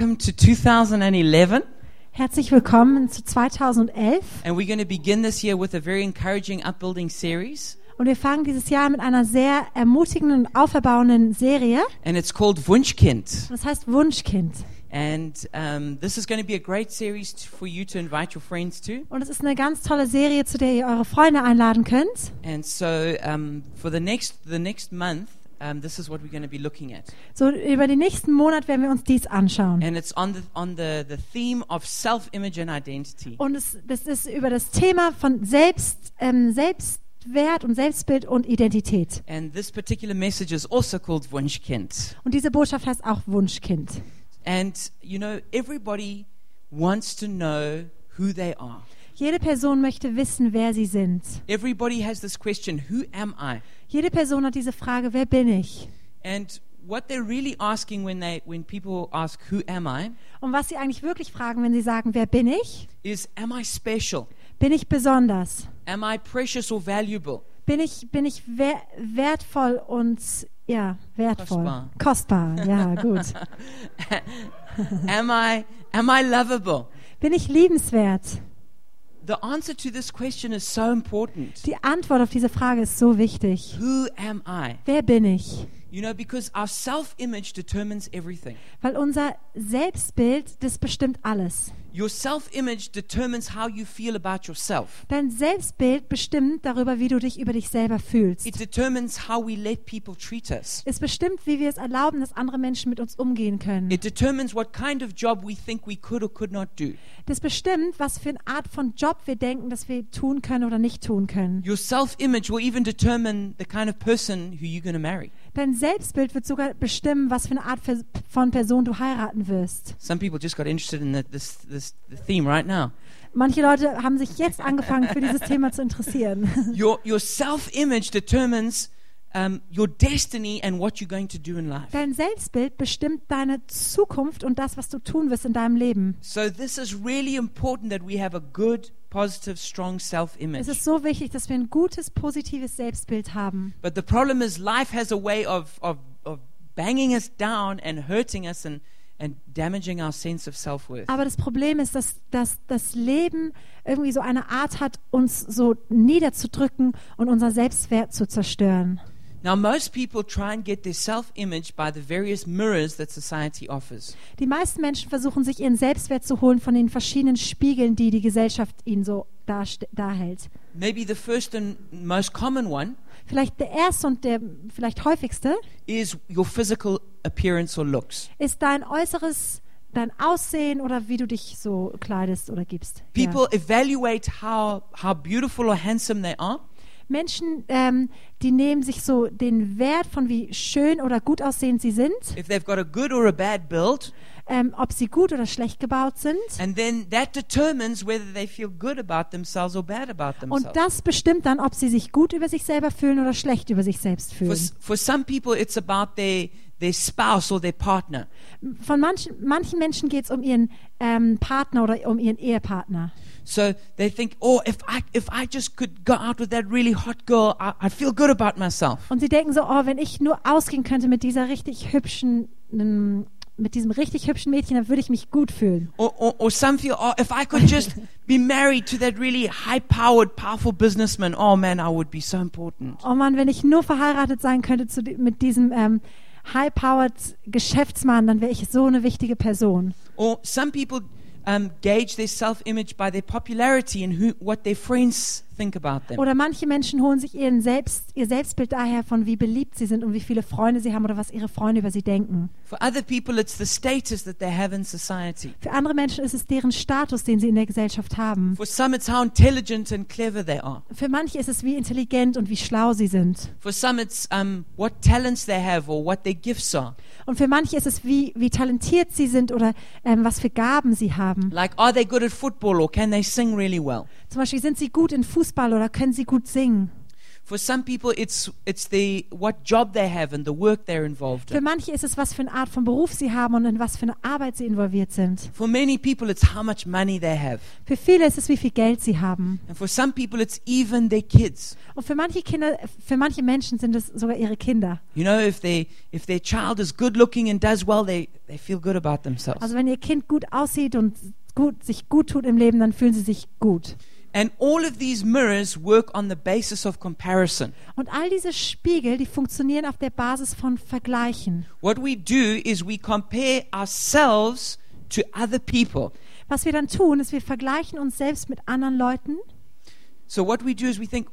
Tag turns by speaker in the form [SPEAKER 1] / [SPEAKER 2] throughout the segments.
[SPEAKER 1] Welcome to 2011,
[SPEAKER 2] Herzlich willkommen zu 2011
[SPEAKER 1] and we're going to begin this year with a very encouraging upbuilding series,
[SPEAKER 2] und wir fangen dieses Jahr mit einer sehr ermutigenden und auferbauenden Serie.
[SPEAKER 1] and it's called Wunschkind.
[SPEAKER 2] Das heißt Wunschkind.
[SPEAKER 1] And um, this is going to be a great series t- for you to invite your friends to.
[SPEAKER 2] Und es ist eine ganz tolle Serie, zu der ihr eure Freunde einladen könnt.
[SPEAKER 1] And so, um, for the next the next month, um, this is what we're going to be looking at,
[SPEAKER 2] So über den nächsten Monat werden wir uns dies anschauen.
[SPEAKER 1] and it's on the on the the theme of self-image and identity.
[SPEAKER 2] Und es, das ist über das Thema von Selbst, ähm, Selbstwert und Selbstbild und Identität.
[SPEAKER 1] And this particular message is also called Wunschkind.
[SPEAKER 2] Und diese Botschaft heißt auch Wunschkind.
[SPEAKER 1] And you know, everybody wants to know who they are.
[SPEAKER 2] Jede Person möchte wissen, wer sie sind.
[SPEAKER 1] Everybody has this question Who am I?
[SPEAKER 2] Jede Person hat diese Frage, wer bin ich?
[SPEAKER 1] And what they're really asking when, they, when people ask, Who am I?
[SPEAKER 2] Und was sie eigentlich wirklich fragen, wenn sie sagen, wer bin ich?
[SPEAKER 1] is Am I special?
[SPEAKER 2] Bin ich besonders?
[SPEAKER 1] Am I precious or valuable?
[SPEAKER 2] Bin ich, bin ich wer wertvoll und, ja, wertvoll.
[SPEAKER 1] Kostbar.
[SPEAKER 2] Kostbar, ja, gut.
[SPEAKER 1] am, I, am I lovable?
[SPEAKER 2] Bin ich liebenswert?
[SPEAKER 1] The answer to this question is so important.
[SPEAKER 2] Die Antwort auf diese Frage ist so wichtig.
[SPEAKER 1] Who am I?
[SPEAKER 2] Wer bin ich?
[SPEAKER 1] You know, because our self image determines everything.
[SPEAKER 2] Weil unser Selbstbild, das bestimmt alles.
[SPEAKER 1] Your self image determines how you feel about yourself,
[SPEAKER 2] Dein Selbstbild bestimmt darüber, wie du dich über dich selber
[SPEAKER 1] it
[SPEAKER 2] fühlst.
[SPEAKER 1] determines how we let people treat us.
[SPEAKER 2] Es bestimmt, wie wir es erlauben, dass andere Menschen mit uns umgehen können.
[SPEAKER 1] It determines what kind of job we think we could or could not do.
[SPEAKER 2] Das bestimmt, was für eine Art von Job wir denken, dass wir tun können oder nicht tun können.
[SPEAKER 1] Your self image will even determine the kind of person who you're going to marry.
[SPEAKER 2] Dein Selbstbild wird sogar bestimmen, was für eine Art Vers- von Person du heiraten wirst.
[SPEAKER 1] Some people just got interested in the, this, this the theme right now.
[SPEAKER 2] Manche Leute haben sich jetzt angefangen, für dieses Thema zu interessieren.
[SPEAKER 1] Your, your self image determines um, your destiny and what you're going to do in life.
[SPEAKER 2] Dein Selbstbild bestimmt deine Zukunft und das, was du tun wirst in deinem Leben.
[SPEAKER 1] So, this is really important that we have a good, positive, strong self
[SPEAKER 2] Es
[SPEAKER 1] image.
[SPEAKER 2] ist so wichtig, dass wir ein gutes, positives Selbstbild haben.
[SPEAKER 1] But the problem is, life has a way of, of, of banging us down and hurting us and, and damaging our sense of self worth.
[SPEAKER 2] Aber das Problem ist, dass, dass das Leben irgendwie so eine Art hat, uns so niederzudrücken und unser Selbstwert zu zerstören.
[SPEAKER 1] Now, most people try and get their self image by the various mirrors that society offers.
[SPEAKER 2] Die meisten Menschen versuchen sich ihren Selbstwert zu holen von den verschiedenen Spiegeln, die die Gesellschaft ihnen so darst- darhält.
[SPEAKER 1] Maybe the first and most common one
[SPEAKER 2] Vielleicht der erste und der vielleicht häufigste
[SPEAKER 1] is your physical appearance or looks.
[SPEAKER 2] ist dein äußeres, dein Aussehen oder wie du dich so kleidest oder gibst.
[SPEAKER 1] People evaluate how, how beautiful or handsome they are
[SPEAKER 2] Menschen, ähm, die nehmen sich so den Wert von wie schön oder gut aussehend sie sind,
[SPEAKER 1] if they've got a good or a bad build,
[SPEAKER 2] ähm, ob sie gut oder schlecht gebaut sind.
[SPEAKER 1] and then that determines whether they feel good about themselves or bad about
[SPEAKER 2] Und
[SPEAKER 1] themselves.
[SPEAKER 2] das bestimmt dann, ob sie sich gut über sich selber fühlen oder schlecht über sich selbst
[SPEAKER 1] For,
[SPEAKER 2] fühlen.
[SPEAKER 1] s- for some people, it's about their, their spouse or their partner.
[SPEAKER 2] Von manchen, manchen Menschen geht es um ihren ähm, Partner oder um ihren Ehepartner.
[SPEAKER 1] So they think, oh, if I, if I just could go out with that really hot girl, I, I'd feel good about myself.
[SPEAKER 2] Und sie denken so, oh, wenn ich nur ausgehen könnte mit dieser richtig hübschen, ähm, mit diesem richtig hübschen Mädchen, dann würde ich mich gut fühlen.
[SPEAKER 1] Or, or, or some feel, oh, if I could just be married to that really high powered, powerful businessman, oh man, I would be so important.
[SPEAKER 2] Oh Mann, wenn ich nur verheiratet sein könnte zu, di- mit diesem ähm, high-powered Geschäftsmann, dann wäre ich so eine wichtige Person.
[SPEAKER 1] Or some people um, gauge their self image by their popularity and who, what their friends think about them.
[SPEAKER 2] Oder manche Menschen holen sich ihren Selbst, ihr Selbstbild daher von, wie beliebt sie sind und wie viele Freunde sie haben oder was ihre Freunde über sie denken.
[SPEAKER 1] For other people, it's the status that they have in society.
[SPEAKER 2] Für andere Menschen ist es deren Status, den sie in der Gesellschaft haben.
[SPEAKER 1] For some, it's how intelligent and clever they are.
[SPEAKER 2] Für manche ist es, wie intelligent und wie schlau sie sind.
[SPEAKER 1] For some, it's um, what talents they have or what their gifts are.
[SPEAKER 2] Und für manche ist es, wie, wie talentiert sie sind oder ähm, was für Gaben sie haben.
[SPEAKER 1] Like, are they good at football or can they sing really well?
[SPEAKER 2] Zum Beispiel, sind sie gut in Fußball oder können sie gut singen?
[SPEAKER 1] For some people, it's it's the what job they have and the work they're involved
[SPEAKER 2] Für
[SPEAKER 1] in.
[SPEAKER 2] manche ist es, was für eine Art von Beruf sie haben und in was für eine Arbeit sie involviert sind.
[SPEAKER 1] For many people, it's how much money they have,
[SPEAKER 2] Für viele ist es, wie viel Geld sie haben.
[SPEAKER 1] and for some people, it's even their kids.
[SPEAKER 2] Und für manche Kinder, für manche Menschen sind es sogar ihre Kinder.
[SPEAKER 1] You know, if they if their child is good looking and does well, they they feel good about themselves.
[SPEAKER 2] Also wenn ihr Kind gut aussieht und gut, sich gut tut im Leben, dann fühlen sie sich gut.
[SPEAKER 1] And all of these mirrors work on the basis of comparison.
[SPEAKER 2] Und all diese Spiegel, die funktionieren auf der Basis von Vergleichen.
[SPEAKER 1] What we do is we compare ourselves to other people.
[SPEAKER 2] Was wir dann tun, ist, wir vergleichen uns selbst mit anderen Leuten.
[SPEAKER 1] So what we do is we think,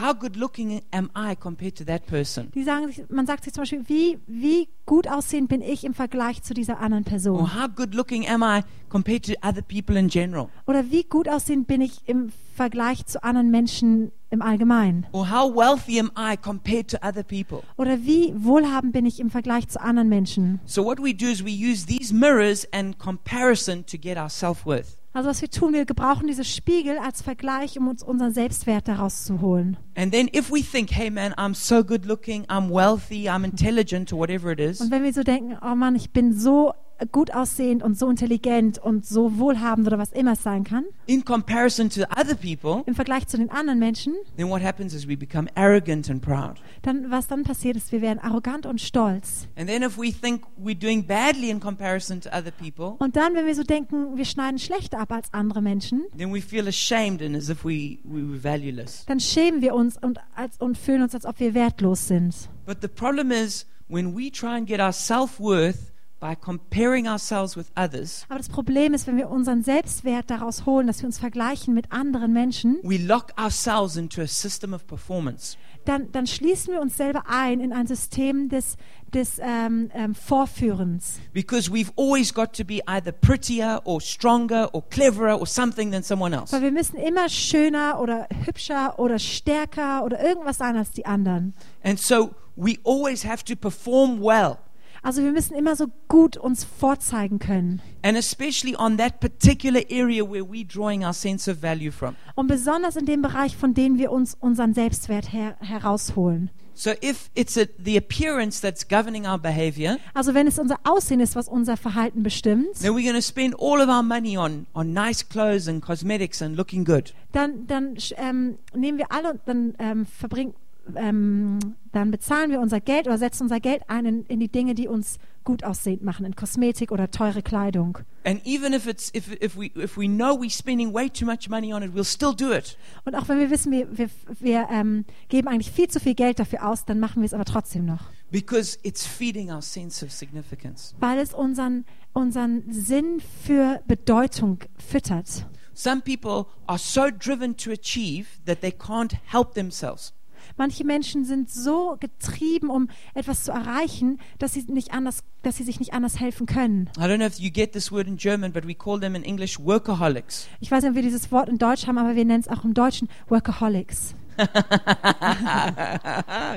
[SPEAKER 1] how good looking am I compared to that person?
[SPEAKER 2] Die sagen, sich- man sagt sich zum Beispiel, wie, wie gut aussehend bin ich im Vergleich zu dieser anderen
[SPEAKER 1] Or
[SPEAKER 2] Person?
[SPEAKER 1] how good looking am I compared to other people in general?
[SPEAKER 2] Oder wie gut aussehend bin ich im Vergleich zu anderen Menschen im Allgemeinen?
[SPEAKER 1] Or how wealthy am I compared to other people?
[SPEAKER 2] Oder wie wohlhabend bin ich im Vergleich zu anderen Menschen?
[SPEAKER 1] So what we do is we use these mirrors and comparison to get our self-worth.
[SPEAKER 2] Also was wir tun, wir gebrauchen diese Spiegel als Vergleich, um uns unseren Selbstwert daraus zu holen.
[SPEAKER 1] And then if we think, hey man, I'm so good looking, I'm wealthy, I'm intelligent, or whatever it is,
[SPEAKER 2] Und wenn wir so denken, oh Mann, ich bin so gut aussehend und so intelligent und so wohlhabend oder was immer es sein kann,
[SPEAKER 1] in comparison to other people,
[SPEAKER 2] im Vergleich zu den anderen Menschen,
[SPEAKER 1] then what happens is we become arrogant and proud.
[SPEAKER 2] dann was dann passiert ist, wir werden arrogant und stolz.
[SPEAKER 1] And then if we think we're doing badly in comparison to other people,
[SPEAKER 2] Und dann, wenn wir so denken, wir schneiden schlechter ab als andere Menschen,
[SPEAKER 1] then we feel ashamed and as if we, we were valueless.
[SPEAKER 2] dann schämen wir uns und, als, und fühlen uns, als ob wir wertlos sind.
[SPEAKER 1] But the problem is when we try and get our self worth by comparing ourselves with others,
[SPEAKER 2] Aber das Problem ist, wenn wir unseren Selbstwert daraus holen, dass wir uns vergleichen mit anderen Menschen,
[SPEAKER 1] we lock ourselves into a system of performance.
[SPEAKER 2] dann, dann schließen wir uns selber ein in ein System des, des ähm, ähm, Vorführens.
[SPEAKER 1] Because we've always got to be either prettier or stronger or cleverer or something than someone else.
[SPEAKER 2] Weil wir müssen immer schöner oder hübscher oder stärker oder irgendwas sein als die anderen.
[SPEAKER 1] And so we always have to perform well.
[SPEAKER 2] Also wir müssen immer so gut uns vorzeigen können.
[SPEAKER 1] And especially on that particular area where we're drawing our sense of value from.
[SPEAKER 2] Und besonders in dem Bereich, von dem wir uns unseren Selbstwert her herausholen.
[SPEAKER 1] So if it's a, the appearance that's governing our behavior,
[SPEAKER 2] Also wenn es unser Aussehen ist, was unser Verhalten bestimmt,
[SPEAKER 1] then we're going to spend all of our money on, on nice clothes and cosmetics and looking good.
[SPEAKER 2] dann, dann sch- ähm, nehmen wir alle, dann ähm, verbringen, ähm, dann bezahlen wir unser Geld oder setzen unser Geld ein in, in die Dinge, die uns gut aussehend machen, in Kosmetik oder teure Kleidung.
[SPEAKER 1] And even if it's if, if we if we know we're spending way too much money on it, we'll still do it
[SPEAKER 2] Und auch wenn wir wissen, wir, wir, wir ähm, geben eigentlich viel zu viel Geld dafür aus, dann machen wir es aber trotzdem noch,
[SPEAKER 1] because it's feeding our sense of significance.
[SPEAKER 2] weil es unseren, unseren Sinn für Bedeutung füttert.
[SPEAKER 1] Some people are so driven to achieve that they can't help themselves.
[SPEAKER 2] Manche Menschen sind so getrieben, um etwas zu erreichen, dass sie, nicht anders, dass sie sich nicht anders helfen können.
[SPEAKER 1] I don't know if you get this word in German, but we call them in English workaholics.
[SPEAKER 2] Ich weiß nicht, ob wir dieses Wort in Deutsch haben, aber wir nennen es auch im Deutschen Workaholics.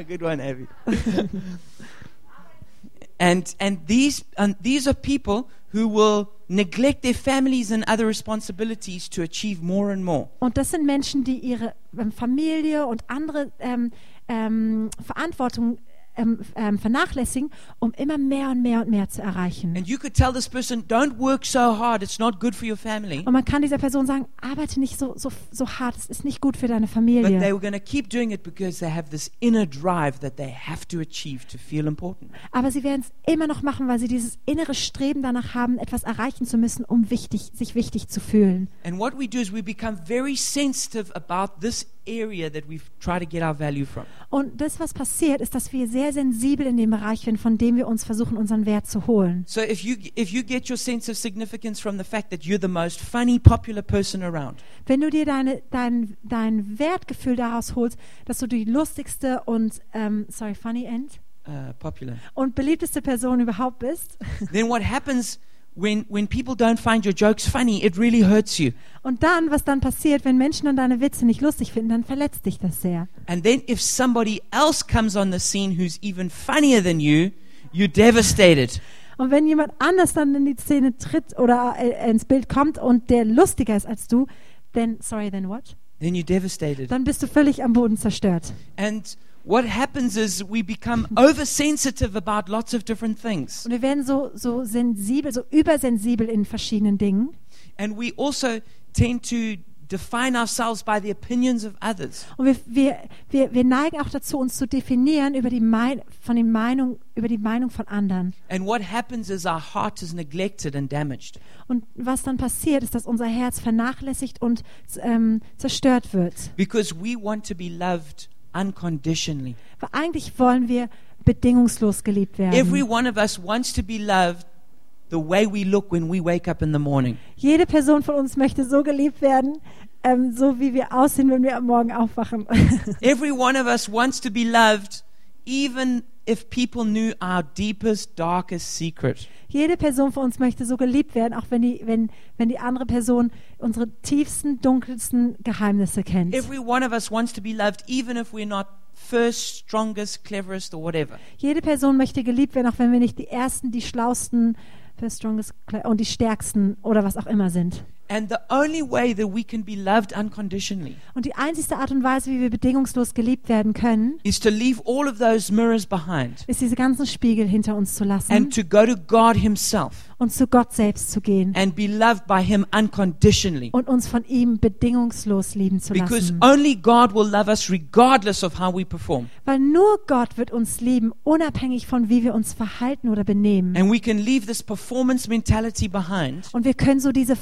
[SPEAKER 1] Good one, Abby. and and these and these are people who will neglect their families and other responsibilities to achieve more and more.
[SPEAKER 2] Und das sind Menschen, die ihre ähm, Familie und andere ähm, ähm, Verantwortung ähm, ähm, vernachlässigen, um immer mehr und mehr und mehr zu erreichen.
[SPEAKER 1] And you could tell this person, don't work so hard, it's not good for your family.
[SPEAKER 2] Und man kann dieser Person sagen, arbeite nicht so, so, so hart, es ist nicht gut für deine
[SPEAKER 1] But they
[SPEAKER 2] Familie.
[SPEAKER 1] were going to keep doing it because they have this inner drive that they have to achieve to feel important.
[SPEAKER 2] Aber sie werden es immer noch machen, weil sie dieses innere Streben danach haben, etwas erreichen zu müssen, um wichtig, sich wichtig zu fühlen.
[SPEAKER 1] And what we do is we become very sensitive about this area that we try to get our value from.
[SPEAKER 2] Und das, was passiert, ist, dass wir sehr sensibel in dem Bereich werden, von dem wir uns versuchen, unseren Wert zu holen.
[SPEAKER 1] So if you if you get your sense of significance from the fact that you're the most funny, popular person around,
[SPEAKER 2] Wenn du dir deine, dein, dein Wertgefühl daraus holst, dass du die lustigste und, ähm, sorry, funny end,
[SPEAKER 1] uh, popular,
[SPEAKER 2] und beliebteste Person überhaupt bist,
[SPEAKER 1] then what happens when when people don't find your jokes funny? It really hurts you.
[SPEAKER 2] und dann, was dann passiert, wenn Menschen dann deine Witze nicht lustig finden, dann verletzt dich das sehr.
[SPEAKER 1] And then if somebody else comes on the scene who's even funnier than you, you're devastated.
[SPEAKER 2] Und wenn jemand anders dann in die Szene tritt oder äh, ins Bild kommt und der lustiger ist als du, then, sorry, then what?
[SPEAKER 1] then you're devastated.
[SPEAKER 2] dann bist du völlig am Boden zerstört.
[SPEAKER 1] And what happens is we become oversensitive about lots of different things.
[SPEAKER 2] Und wir werden so, so sensibel, so übersensibel in verschiedenen Dingen.
[SPEAKER 1] And we also tend to define ourselves by the opinions of others.
[SPEAKER 2] Und wir, wir, wir, wir neigen auch dazu, uns zu definieren über die, mein, von den Meinung, über die Meinung von anderen.
[SPEAKER 1] And what happens is our heart is neglected and damaged.
[SPEAKER 2] Und was dann passiert, ist, dass unser Herz vernachlässigt und z- ähm, zerstört wird.
[SPEAKER 1] Because we want to be loved unconditionally.
[SPEAKER 2] Weil eigentlich wollen wir bedingungslos geliebt werden.
[SPEAKER 1] Every one of us wants to be loved the way we look when we wake up in the morning.
[SPEAKER 2] Jede Person von uns möchte so geliebt werden, ähm, so wie wir aussehen, wenn wir am Morgen aufwachen.
[SPEAKER 1] Every one of us wants to be loved even if people knew our deepest, darkest secret.
[SPEAKER 2] Jede Person von uns möchte so geliebt werden, auch wenn die, wenn, wenn die andere Person unsere tiefsten, dunkelsten Geheimnisse kennt.
[SPEAKER 1] Every one of us wants to be loved even if we're not first, strongest, cleverest, or whatever.
[SPEAKER 2] Jede Person möchte geliebt werden, auch wenn wir nicht die ersten, die schlausten, the strongest cle- und die stärksten oder was auch immer sind.
[SPEAKER 1] And the only way that we can be loved unconditionally
[SPEAKER 2] Und die einzigste Art und Weise, wie wir bedingungslos geliebt werden können,
[SPEAKER 1] is to leave all of those mirrors behind
[SPEAKER 2] ist diese ganzen Spiegel hinter uns zu lassen
[SPEAKER 1] and to go to God Himself
[SPEAKER 2] und zu Gott selbst zu gehen
[SPEAKER 1] and be loved by Him unconditionally.
[SPEAKER 2] und uns von ihm bedingungslos lieben zu
[SPEAKER 1] Because
[SPEAKER 2] lassen.
[SPEAKER 1] only God will love us regardless of how we perform.
[SPEAKER 2] Weil nur Gott wird uns lieben, unabhängig von wie wir uns verhalten oder benehmen.
[SPEAKER 1] And we can leave this performance mentality behind
[SPEAKER 2] Und wir können so diese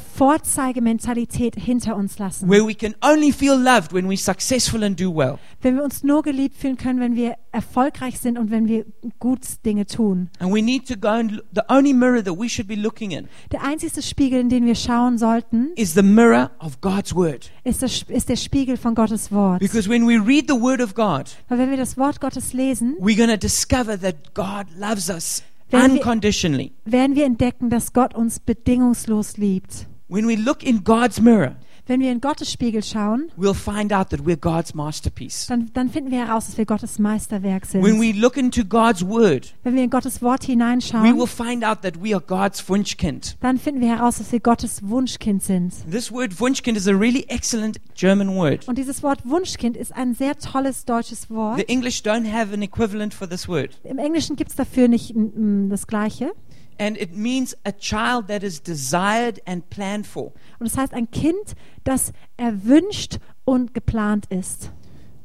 [SPEAKER 2] Vorzeigementalität hinter uns lassen.
[SPEAKER 1] where we can only feel loved when we're successful and do well.
[SPEAKER 2] Wenn wir uns nur geliebt fühlen können, wenn wir erfolgreich sind und wenn wir gut Dinge tun.
[SPEAKER 1] And we need to go and l- the only mirror that we should be looking in
[SPEAKER 2] Der einzigste Spiegel, in den wir schauen sollten,
[SPEAKER 1] is the mirror of God's word.
[SPEAKER 2] ist, das, ist der Spiegel von Gottes Wort.
[SPEAKER 1] Because when we read the word of God,
[SPEAKER 2] Weil wenn wir das Wort Gottes lesen,
[SPEAKER 1] we're going to discover that God loves us
[SPEAKER 2] Wenn wir-
[SPEAKER 1] unconditionally.
[SPEAKER 2] werden wir entdecken, dass Gott uns bedingungslos liebt.
[SPEAKER 1] When we look in God's mirror,
[SPEAKER 2] Wenn wir in Gottes Spiegel schauen,
[SPEAKER 1] we'll find out that we're God's masterpiece.
[SPEAKER 2] dann, dann finden wir heraus, dass wir Gottes Meisterwerk sind.
[SPEAKER 1] When we look into God's word,
[SPEAKER 2] Wenn wir in Gottes Wort
[SPEAKER 1] we will
[SPEAKER 2] hineinschauen,
[SPEAKER 1] find out that we are God's Wunschkind.
[SPEAKER 2] dann finden wir heraus, dass wir Gottes Wunschkind sind.
[SPEAKER 1] This word Wunschkind is a really excellent German word.
[SPEAKER 2] Und dieses Wort Wunschkind ist ein sehr tolles deutsches Wort.
[SPEAKER 1] The English don't have an equivalent for this word.
[SPEAKER 2] Im Englischen gibt es dafür nicht mm, mm, das Gleiche.
[SPEAKER 1] And it means a child that is desired and planned for.
[SPEAKER 2] Und das heißt ein Kind, das erwünscht und geplant ist.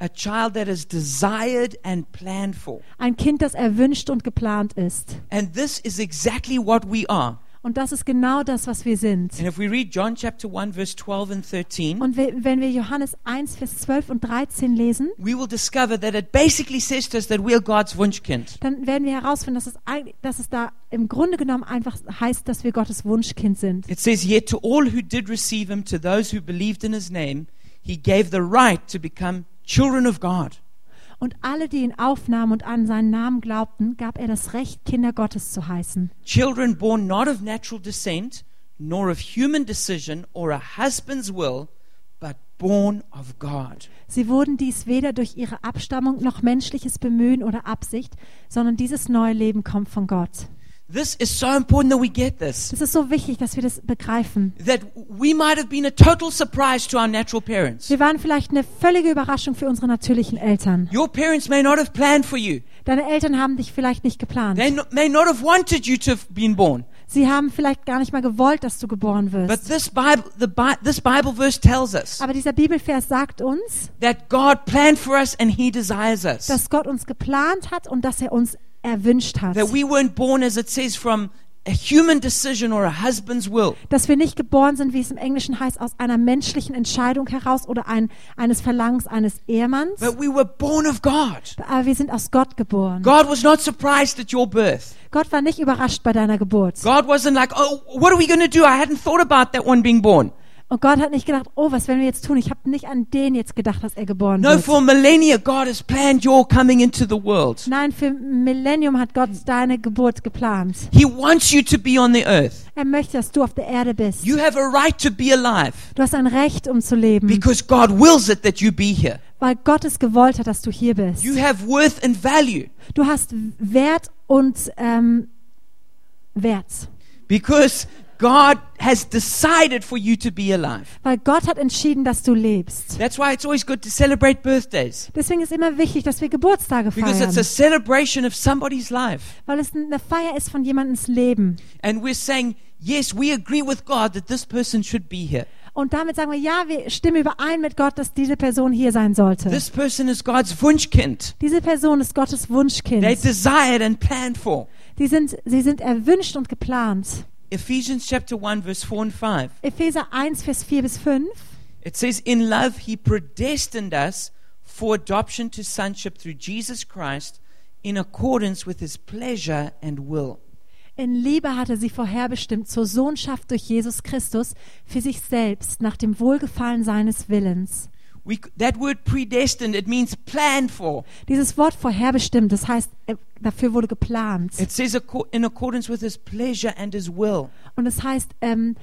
[SPEAKER 1] A child that is desired and planned for.
[SPEAKER 2] Ein Kind, das erwünscht und geplant ist.
[SPEAKER 1] And this is exactly what we are.
[SPEAKER 2] Und das ist genau das, was wir sind.
[SPEAKER 1] And if we read John chapter 1, verse 12 and 13,
[SPEAKER 2] Und we- wenn wir Johannes 1, Vers 12 und 13 lesen,
[SPEAKER 1] we will discover that it basically says to us that we are God's Wunschkind.
[SPEAKER 2] dann werden wir herausfinden, dass es, eig- dass es da im Grunde genommen einfach heißt, dass wir Gottes Wunschkind sind.
[SPEAKER 1] It says, Yet to all who did receive him, to those who believed in his name, he gave the right to become children of God.
[SPEAKER 2] Und alle, die ihn aufnahmen und an seinen Namen glaubten, gab er das Recht, Kinder Gottes zu heißen.
[SPEAKER 1] Children born not of natural descent, nor of human decision or a husband's will, but born of God.
[SPEAKER 2] Sie wurden dies weder durch ihre Abstammung noch menschliches Bemühen oder Absicht, sondern dieses neue Leben kommt von Gott.
[SPEAKER 1] This is so important that we get this.
[SPEAKER 2] Das ist so wichtig, dass wir das begreifen.
[SPEAKER 1] That we might have been a total surprise to our natural parents.
[SPEAKER 2] Wir waren vielleicht eine völlige Überraschung für unsere natürlichen Eltern.
[SPEAKER 1] Your parents may not have planned for you.
[SPEAKER 2] Deine Eltern haben dich vielleicht nicht geplant.
[SPEAKER 1] They no- may not have wanted you to have been born.
[SPEAKER 2] Sie haben vielleicht gar nicht mal gewollt, dass du geboren
[SPEAKER 1] But
[SPEAKER 2] wirst.
[SPEAKER 1] this Bible, the Bi- this Bible verse tells us
[SPEAKER 2] Aber dieser Bibelvers sagt uns,
[SPEAKER 1] that God planned for us and He desires us.
[SPEAKER 2] dass Gott uns geplant hat und dass er uns erwünscht hat.
[SPEAKER 1] That we weren't born, as it says, from a human decision or a husband's will.
[SPEAKER 2] Dass wir nicht geboren sind, wie es im Englischen heißt, aus einer menschlichen Entscheidung heraus oder ein, eines Verlangens eines Ehemanns.
[SPEAKER 1] But we were born of God.
[SPEAKER 2] Aber wir sind aus Gott geboren.
[SPEAKER 1] God was not surprised at your birth.
[SPEAKER 2] Gott war nicht überrascht bei deiner Geburt.
[SPEAKER 1] God wasn't like, oh, what are we going to do? I hadn't thought about that one being born.
[SPEAKER 2] Und Gott hat nicht gedacht, oh, was werden wir jetzt tun? Ich habe nicht an den jetzt gedacht, dass er geboren
[SPEAKER 1] No,
[SPEAKER 2] wird.
[SPEAKER 1] for millennia, God has planned your coming into the world.
[SPEAKER 2] Nein, für Millennium hat Gott deine Geburt geplant.
[SPEAKER 1] He wants you to be on the earth.
[SPEAKER 2] Er möchte, dass du auf der Erde bist.
[SPEAKER 1] You have a right to be alive
[SPEAKER 2] Du hast ein Recht, um zu leben,
[SPEAKER 1] because God wills it that you be here.
[SPEAKER 2] weil Gott es gewollt hat, dass du hier bist.
[SPEAKER 1] You have worth and value
[SPEAKER 2] Du hast Wert und ähm, Wert.
[SPEAKER 1] because God has decided for you to be alive.
[SPEAKER 2] weil Gott hat entschieden, dass du lebst.
[SPEAKER 1] That's why it's always good to celebrate birthdays
[SPEAKER 2] Deswegen ist immer wichtig, dass wir Geburtstage
[SPEAKER 1] because it's a
[SPEAKER 2] feiern,
[SPEAKER 1] celebration of somebody's life.
[SPEAKER 2] weil es eine Feier ist von jemandens Leben.
[SPEAKER 1] And we're saying, yes, we agree with God that this person should be here.
[SPEAKER 2] Und damit sagen wir, ja, wir stimmen überein mit Gott, dass diese Person hier sein sollte.
[SPEAKER 1] This person is God's Wunschkind.
[SPEAKER 2] Diese Person ist Gottes
[SPEAKER 1] They
[SPEAKER 2] Wunschkind.
[SPEAKER 1] desired and planned for.
[SPEAKER 2] Die sind, sie sind erwünscht und geplant.
[SPEAKER 1] Ephesians chapter 1 verse 4 and 5.
[SPEAKER 2] Epheser 1, Vers 4 bis 5.
[SPEAKER 1] It says, In love, he predestined us for adoption to sonship through Jesus Christ in accordance with his pleasure and will.
[SPEAKER 2] In Liebe hatte sie vorherbestimmt zur Sohnschaft durch Jesus Christus für sich selbst, nach dem Wohlgefallen seines Willens.
[SPEAKER 1] We, c- that word predestined, it means planned for.
[SPEAKER 2] Dieses Wort vorherbestimmt, das heißt, äh, dafür wurde geplant.
[SPEAKER 1] It says acco- in accordance with his pleasure and his will.
[SPEAKER 2] Und es heißt, ähm,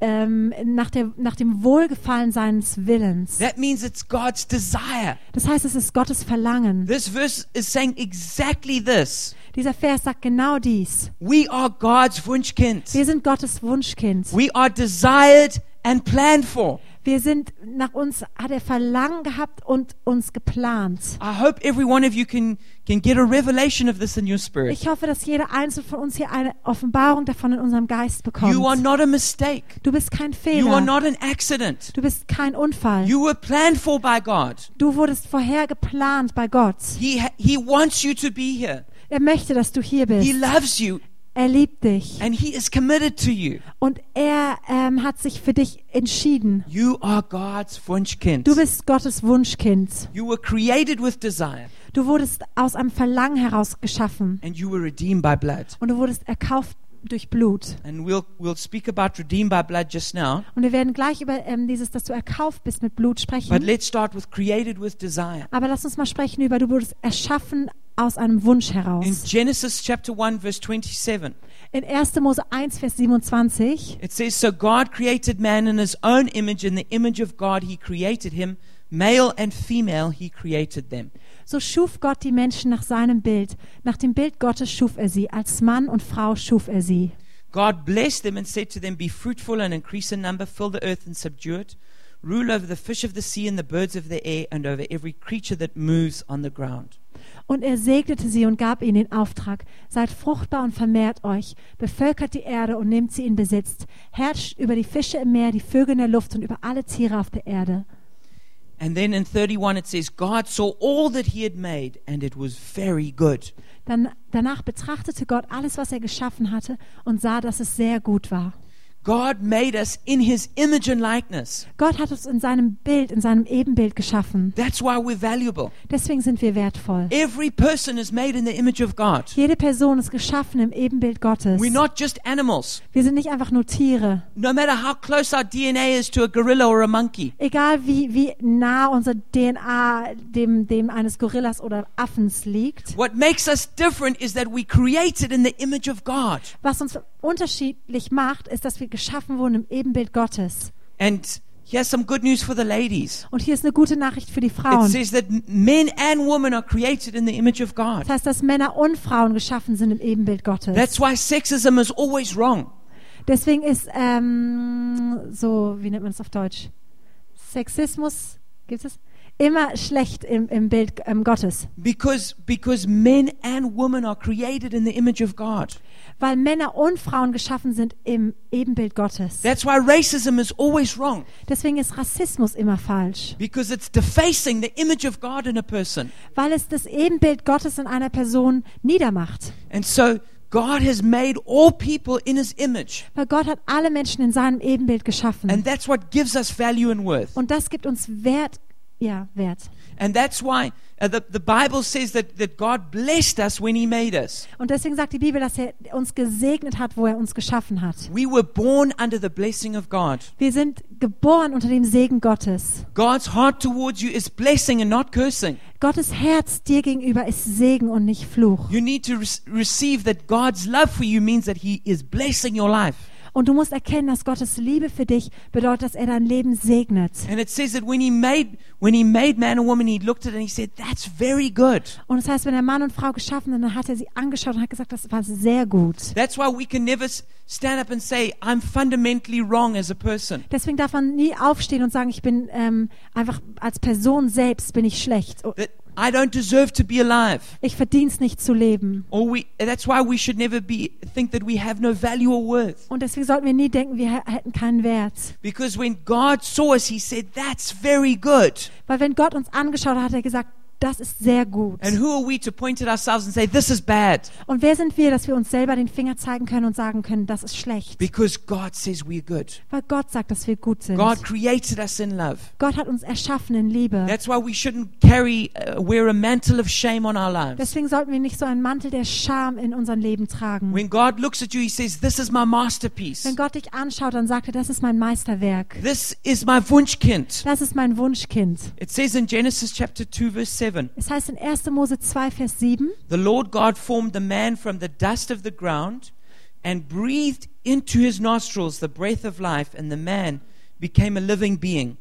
[SPEAKER 2] ähm, nach, der, nach dem Wohlgefallen seines Willens.
[SPEAKER 1] That means it's God's desire.
[SPEAKER 2] Das heißt, es ist Gottes Verlangen.
[SPEAKER 1] This verse is saying exactly this.
[SPEAKER 2] Dieser Vers sagt genau dies.
[SPEAKER 1] We are God's Wunschkind.
[SPEAKER 2] Wir sind Gottes Wunschkind.
[SPEAKER 1] We are desired and planned for.
[SPEAKER 2] Wir sind, nach uns hat er Verlangen gehabt und uns geplant.
[SPEAKER 1] I hope every one of you can, can get a revelation of this in your spirit.
[SPEAKER 2] Ich hoffe, dass jeder Einzelne von uns hier eine Offenbarung davon in unserem Geist
[SPEAKER 1] You are
[SPEAKER 2] bekommt.
[SPEAKER 1] not a mistake.
[SPEAKER 2] Du bist kein
[SPEAKER 1] You are
[SPEAKER 2] Fehler.
[SPEAKER 1] not an accident.
[SPEAKER 2] Du bist kein Unfall.
[SPEAKER 1] You were planned for by God.
[SPEAKER 2] Du wurdest vorher geplant bei Gott.
[SPEAKER 1] He, ha- he wants you to be here.
[SPEAKER 2] Er möchte, dass du hier
[SPEAKER 1] He
[SPEAKER 2] bist.
[SPEAKER 1] loves you
[SPEAKER 2] Er liebt dich.
[SPEAKER 1] and He is committed to you.
[SPEAKER 2] Und er ähm, hat sich für dich entschieden.
[SPEAKER 1] You are God's Wunschkind.
[SPEAKER 2] Du bist Gottes Wunschkind.
[SPEAKER 1] You were created with desire
[SPEAKER 2] Du wurdest aus einem Verlangen heraus geschaffen.
[SPEAKER 1] and you were redeemed by blood.
[SPEAKER 2] Und du wurdest erkauft durch Blut.
[SPEAKER 1] And we'll, we'll speak about redeemed by blood just now.
[SPEAKER 2] Und wir werden gleich über ähm, dieses, dass du erkauft bist, mit Blut
[SPEAKER 1] But
[SPEAKER 2] sprechen.
[SPEAKER 1] let's start with created with desire.
[SPEAKER 2] Aber lass uns mal sprechen über, du wurdest erschaffen aus einem Wunsch
[SPEAKER 1] In
[SPEAKER 2] heraus.
[SPEAKER 1] Genesis chapter 1, verse 27,
[SPEAKER 2] In 1. Mose 1, Vers 27.
[SPEAKER 1] it says So God created man in his own image. In the image of God, he created him. Male and female, he created them.
[SPEAKER 2] So schuf Gott die Menschen nach seinem Bild. Nach dem Bild Gottes schuf er sie. Als Mann und Frau schuf er sie.
[SPEAKER 1] God blessed them and said to them, Be fruitful and increase in number, fill the earth and subdue it, rule over the fish of the sea and the birds of the air, and over every creature that moves on the ground.
[SPEAKER 2] Und er segnete sie und gab ihnen den Auftrag. Seid fruchtbar und vermehrt euch. Bevölkert die Erde und nehmt sie in Besitz. Herrscht über die Fische im Meer, die Vögel in der Luft und über alle Tiere auf der Erde.
[SPEAKER 1] And then in 31 it says, God saw all that he had made, and it was very good.
[SPEAKER 2] Dann, danach betrachtete Gott alles, was er geschaffen hatte und sah, dass es sehr gut war.
[SPEAKER 1] God made us in his image and likeness.
[SPEAKER 2] Gott hat uns in seinem Bild, in seinem Ebenbild geschaffen.
[SPEAKER 1] That's why we're valuable.
[SPEAKER 2] Deswegen sind wir wertvoll.
[SPEAKER 1] Every person is made in the image of God.
[SPEAKER 2] Jede Person ist geschaffen im Ebenbild Gottes.
[SPEAKER 1] We're not just animals.
[SPEAKER 2] Wir sind nicht einfach nur Tiere.
[SPEAKER 1] No matter how close our DNA is to a gorilla or a monkey,
[SPEAKER 2] Egal wie, wie nah unser DNA dem, dem eines Gorillas oder Affens liegt,
[SPEAKER 1] what makes us different is that we created in the image of God.
[SPEAKER 2] was uns unterschiedlich macht, ist, dass wir geschaffen wurden im Ebenbild Gottes.
[SPEAKER 1] And here's some good news for the ladies.
[SPEAKER 2] Und hier ist eine gute Nachricht für die
[SPEAKER 1] It
[SPEAKER 2] Frauen.
[SPEAKER 1] says that m- men and women are created in the image of God.
[SPEAKER 2] Das heißt, dass Männer und Frauen geschaffen sind im Ebenbild Gottes.
[SPEAKER 1] That's why sexism is always wrong.
[SPEAKER 2] Deswegen ist ähm, so, wie nennt man es auf Deutsch? Sexismus, gibt es? Immer schlecht im, im Bild ähm, Gottes.
[SPEAKER 1] Because, because men and women are created in the image of God.
[SPEAKER 2] Weil Männer und Frauen geschaffen sind im Ebenbild Gottes.
[SPEAKER 1] That's why racism is always wrong.
[SPEAKER 2] Deswegen ist Rassismus immer falsch.
[SPEAKER 1] Because it's defacing the image of God in a person.
[SPEAKER 2] Weil es das Ebenbild Gottes in einer Person niedermacht.
[SPEAKER 1] And so God has made all people in his image.
[SPEAKER 2] Weil Gott hat alle Menschen in seinem Ebenbild
[SPEAKER 1] And
[SPEAKER 2] geschaffen.
[SPEAKER 1] that's what gives us value and worth.
[SPEAKER 2] Und das gibt uns Wert. Ja, Wert.
[SPEAKER 1] And that's why uh, the, the Bible says that, that God blessed us when he made us.
[SPEAKER 2] Und deswegen sagt die Bibel, dass er uns gesegnet hat, wo er uns geschaffen hat.
[SPEAKER 1] We were born under the blessing of God.
[SPEAKER 2] Wir sind geboren unter dem Segen Gottes.
[SPEAKER 1] God's heart towards you is blessing and not cursing.
[SPEAKER 2] Gottes Herz dir gegenüber ist Segen und nicht Fluch.
[SPEAKER 1] You need to re- receive that God's love for you means that he is blessing your life.
[SPEAKER 2] Und du musst erkennen, dass Gottes Liebe für dich bedeutet, dass er dein Leben segnet.
[SPEAKER 1] And it says that when he made when he made man and woman, he looked at it and he said, "That's very good."
[SPEAKER 2] Und das heißt, wenn er Mann und Frau geschaffen hat, dann hat er sie angeschaut und hat gesagt, das war sehr gut.
[SPEAKER 1] That's why we can never s- stand up and say, "I'm fundamentally wrong as a person."
[SPEAKER 2] Deswegen darf man nie aufstehen und sagen, ich bin ähm, einfach als Person selbst bin ich schlecht. Oh,
[SPEAKER 1] That I don't deserve to be alive.
[SPEAKER 2] Ich verdien's nicht zu leben.
[SPEAKER 1] Or we that's why we should never be think that we have no value or worth.
[SPEAKER 2] Und deswegen sollten wir nie denken, wir h- hätten keinen Wert.
[SPEAKER 1] Because when God saw us, he said, "That's very good."
[SPEAKER 2] Weil wenn Gott uns angeschaut hat, hat er gesagt, das ist sehr gut.
[SPEAKER 1] And who are we to point at ourselves and say, "This is bad?"
[SPEAKER 2] Und wer sind wir, dass wir uns selber den Finger zeigen können und sagen können, das ist schlecht?
[SPEAKER 1] Because God says we're good.
[SPEAKER 2] Weil Gott sagt, dass wir gut sind.
[SPEAKER 1] God created us in love.
[SPEAKER 2] Gott hat uns erschaffen in Liebe.
[SPEAKER 1] That's why we shouldn't carry, uh, wear a mantle of shame on our lives.
[SPEAKER 2] Deswegen sollten wir nicht so einen Mantel der Scham in unserem Leben tragen.
[SPEAKER 1] When God looks at you, He says, This is my masterpiece.
[SPEAKER 2] Wenn Gott dich anschaut, dann sagt er, das ist mein Meisterwerk.
[SPEAKER 1] This is my Wunschkind.
[SPEAKER 2] Das ist mein Wunschkind.
[SPEAKER 1] It says in Genesis chapter 2, verse 7
[SPEAKER 2] Es heißt in 1. Mose 2, Vers 7,
[SPEAKER 1] The Lord God formed the man from the dust of the ground and breathed into his nostrils the breath of life, and the man became a living being.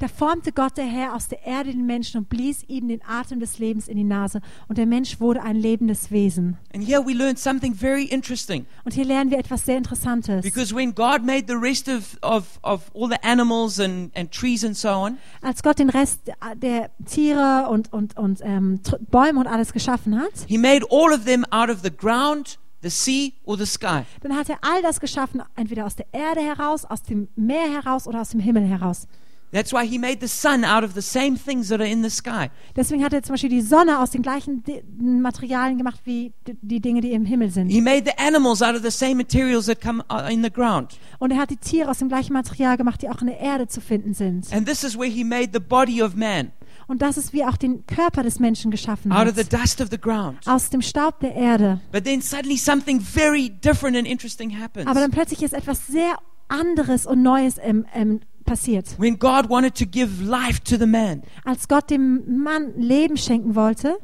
[SPEAKER 2] da formte Gott der Herr aus der Erde den Menschen und blies ihm den Atem des Lebens in die Nase. Und der Mensch wurde ein lebendes Wesen.
[SPEAKER 1] And here we learn something very interesting
[SPEAKER 2] Und hier lernen wir etwas sehr Interessantes.
[SPEAKER 1] because when God made the rest of, of, of all the animals and, and trees and so on,
[SPEAKER 2] Als Gott den Rest der Tiere und, und, und ähm, Tr- Bäume und alles geschaffen hat,
[SPEAKER 1] He made all of them out of the ground, the sea, or the sky.
[SPEAKER 2] dann hat er all das geschaffen, entweder aus der Erde heraus, aus dem Meer heraus oder aus dem Himmel heraus.
[SPEAKER 1] That's why he made the sun out of the same things that are in the sky.
[SPEAKER 2] Deswegen hat er zum Beispiel die Sonne aus den gleichen Di- Materialien gemacht wie d- die Dinge, die im Himmel sind.
[SPEAKER 1] He made the animals out of the same materials that come uh, in the ground.
[SPEAKER 2] Und er hat die Tiere aus dem gleichen Material gemacht, die auch in der Erde zu finden sind.
[SPEAKER 1] And this is where he made the body of man
[SPEAKER 2] Und das ist, wie er auch den Körper des Menschen geschaffen
[SPEAKER 1] out of the
[SPEAKER 2] hat.
[SPEAKER 1] dust of the ground.
[SPEAKER 2] Aus dem Staub der Erde.
[SPEAKER 1] But then suddenly something very different and interesting happens.
[SPEAKER 2] Aber dann plötzlich ist etwas sehr anderes und Neues ähm, ähm, passiert.
[SPEAKER 1] When God wanted to give life to the man,
[SPEAKER 2] Als Gott dem Mann Leben schenken wollte,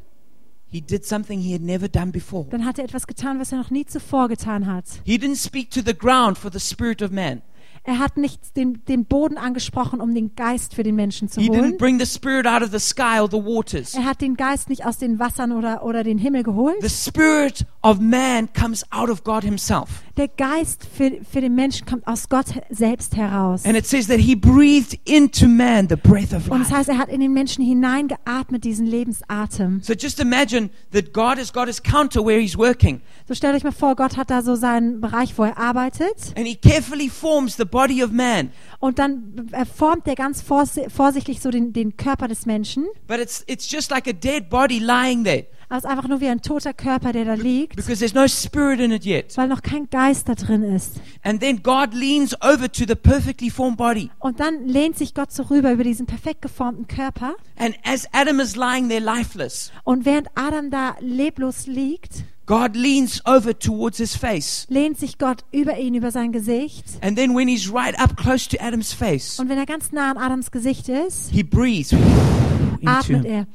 [SPEAKER 1] he did something he had never done before.
[SPEAKER 2] dann hat er etwas getan, was er noch nie zuvor getan hat.
[SPEAKER 1] He didn't speak to the ground for the spirit of man.
[SPEAKER 2] Er hat nicht den, den Boden angesprochen, um den Geist für den Menschen zu
[SPEAKER 1] He
[SPEAKER 2] holen.
[SPEAKER 1] didn't bring the spirit out of the sky or the waters.
[SPEAKER 2] Er hat den Geist nicht aus den Wassern oder, oder den Himmel
[SPEAKER 1] The
[SPEAKER 2] geholt.
[SPEAKER 1] spirit of man comes out of God himself.
[SPEAKER 2] Der Geist für, für den Menschen kommt aus Gott he- selbst heraus.
[SPEAKER 1] And it says that he breathed into man the breath of
[SPEAKER 2] Und es
[SPEAKER 1] life.
[SPEAKER 2] heißt, er hat in den Menschen hineingeatmet, diesen Lebensatem.
[SPEAKER 1] So just imagine that God has got his counter where he's working
[SPEAKER 2] So stellt euch mal vor, Gott hat da so seinen Bereich, wo er arbeitet.
[SPEAKER 1] and he carefully forms the body of man.
[SPEAKER 2] Und dann äh, formt er ganz vorsi- vorsichtig so den, den Körper des Menschen.
[SPEAKER 1] But it's, it's just like a dead body lying there
[SPEAKER 2] Aber es ist einfach nur wie ein toter Körper, der da liegt,
[SPEAKER 1] because there's no spirit in it yet.
[SPEAKER 2] weil noch kein Geist da drin ist.
[SPEAKER 1] And then God leans over to the perfectly formed body.
[SPEAKER 2] Und dann lehnt sich Gott so rüber über diesen perfekt geformten Körper.
[SPEAKER 1] And as Adam is lying there lifeless,
[SPEAKER 2] Und während Adam da leblos liegt,
[SPEAKER 1] God leans over towards his face.
[SPEAKER 2] lehnt sich Gott über ihn, über sein Gesicht.
[SPEAKER 1] And then when he's right up close to Adam's face,
[SPEAKER 2] Und wenn er ganz nah an Adams Gesicht ist,
[SPEAKER 1] he breathes into
[SPEAKER 2] atmet
[SPEAKER 1] him.
[SPEAKER 2] er.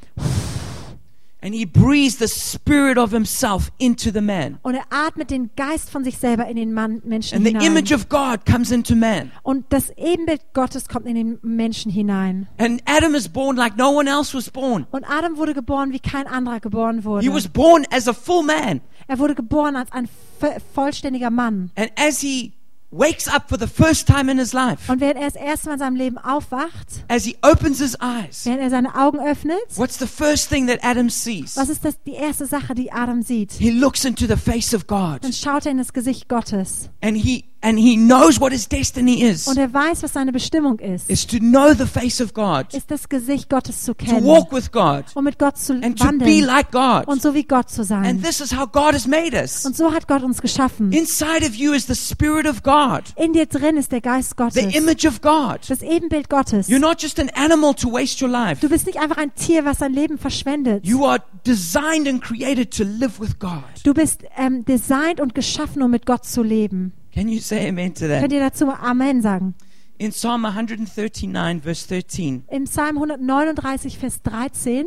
[SPEAKER 1] And he breathes the spirit of himself into the man.
[SPEAKER 2] Und er atmet den Geist von sich selber in den Mann, Menschen
[SPEAKER 1] And the
[SPEAKER 2] hinein.
[SPEAKER 1] image of God comes into man.
[SPEAKER 2] Und das Ebenbild Gottes kommt in den Menschen hinein.
[SPEAKER 1] And Adam is born like no one else was born.
[SPEAKER 2] Und Adam wurde geboren, wie kein anderer geboren
[SPEAKER 1] He
[SPEAKER 2] wurde.
[SPEAKER 1] was born as a full man.
[SPEAKER 2] Er wurde geboren als ein vo- vollständiger Mann.
[SPEAKER 1] And as he wakes up for the first time in his life,
[SPEAKER 2] Und während er das erste Mal in seinem Leben aufwacht,
[SPEAKER 1] as he opens his eyes,
[SPEAKER 2] während er seine Augen öffnet,
[SPEAKER 1] what's the first thing that Adam sees?
[SPEAKER 2] was ist das die erste Sache, die Adam sieht?
[SPEAKER 1] He looks into the face of
[SPEAKER 2] Dann
[SPEAKER 1] God
[SPEAKER 2] schaut er in das Gesicht Gottes.
[SPEAKER 1] and he and he knows what his destiny
[SPEAKER 2] Und
[SPEAKER 1] is.
[SPEAKER 2] er weiß, was seine Bestimmung ist.
[SPEAKER 1] Is to know the face of God,
[SPEAKER 2] Ist das Gesicht Gottes zu
[SPEAKER 1] to
[SPEAKER 2] kennen.
[SPEAKER 1] walk with God
[SPEAKER 2] Und mit Gott zu
[SPEAKER 1] and to be
[SPEAKER 2] wandeln.
[SPEAKER 1] like God.
[SPEAKER 2] Und so wie Gott zu
[SPEAKER 1] And
[SPEAKER 2] sein.
[SPEAKER 1] this is how God has made us.
[SPEAKER 2] Und so hat Gott uns geschaffen.
[SPEAKER 1] Inside of you is the Spirit of God,
[SPEAKER 2] In dir drin ist der Geist
[SPEAKER 1] the
[SPEAKER 2] Gottes.
[SPEAKER 1] image of God.
[SPEAKER 2] Das Ebenbild Gottes.
[SPEAKER 1] You're not just an animal to waste your life.
[SPEAKER 2] Du bist nicht einfach ein Tier, was sein Leben verschwendet.
[SPEAKER 1] You are designed and created to live with God.
[SPEAKER 2] Du bist ähm, designt und geschaffen, um mit Gott zu leben.
[SPEAKER 1] Can you say amen to
[SPEAKER 2] Könnt
[SPEAKER 1] that?
[SPEAKER 2] ihr dazu mal Amen sagen?
[SPEAKER 1] In Psalm 139, verse 13,
[SPEAKER 2] Im Psalm 139, Vers 13.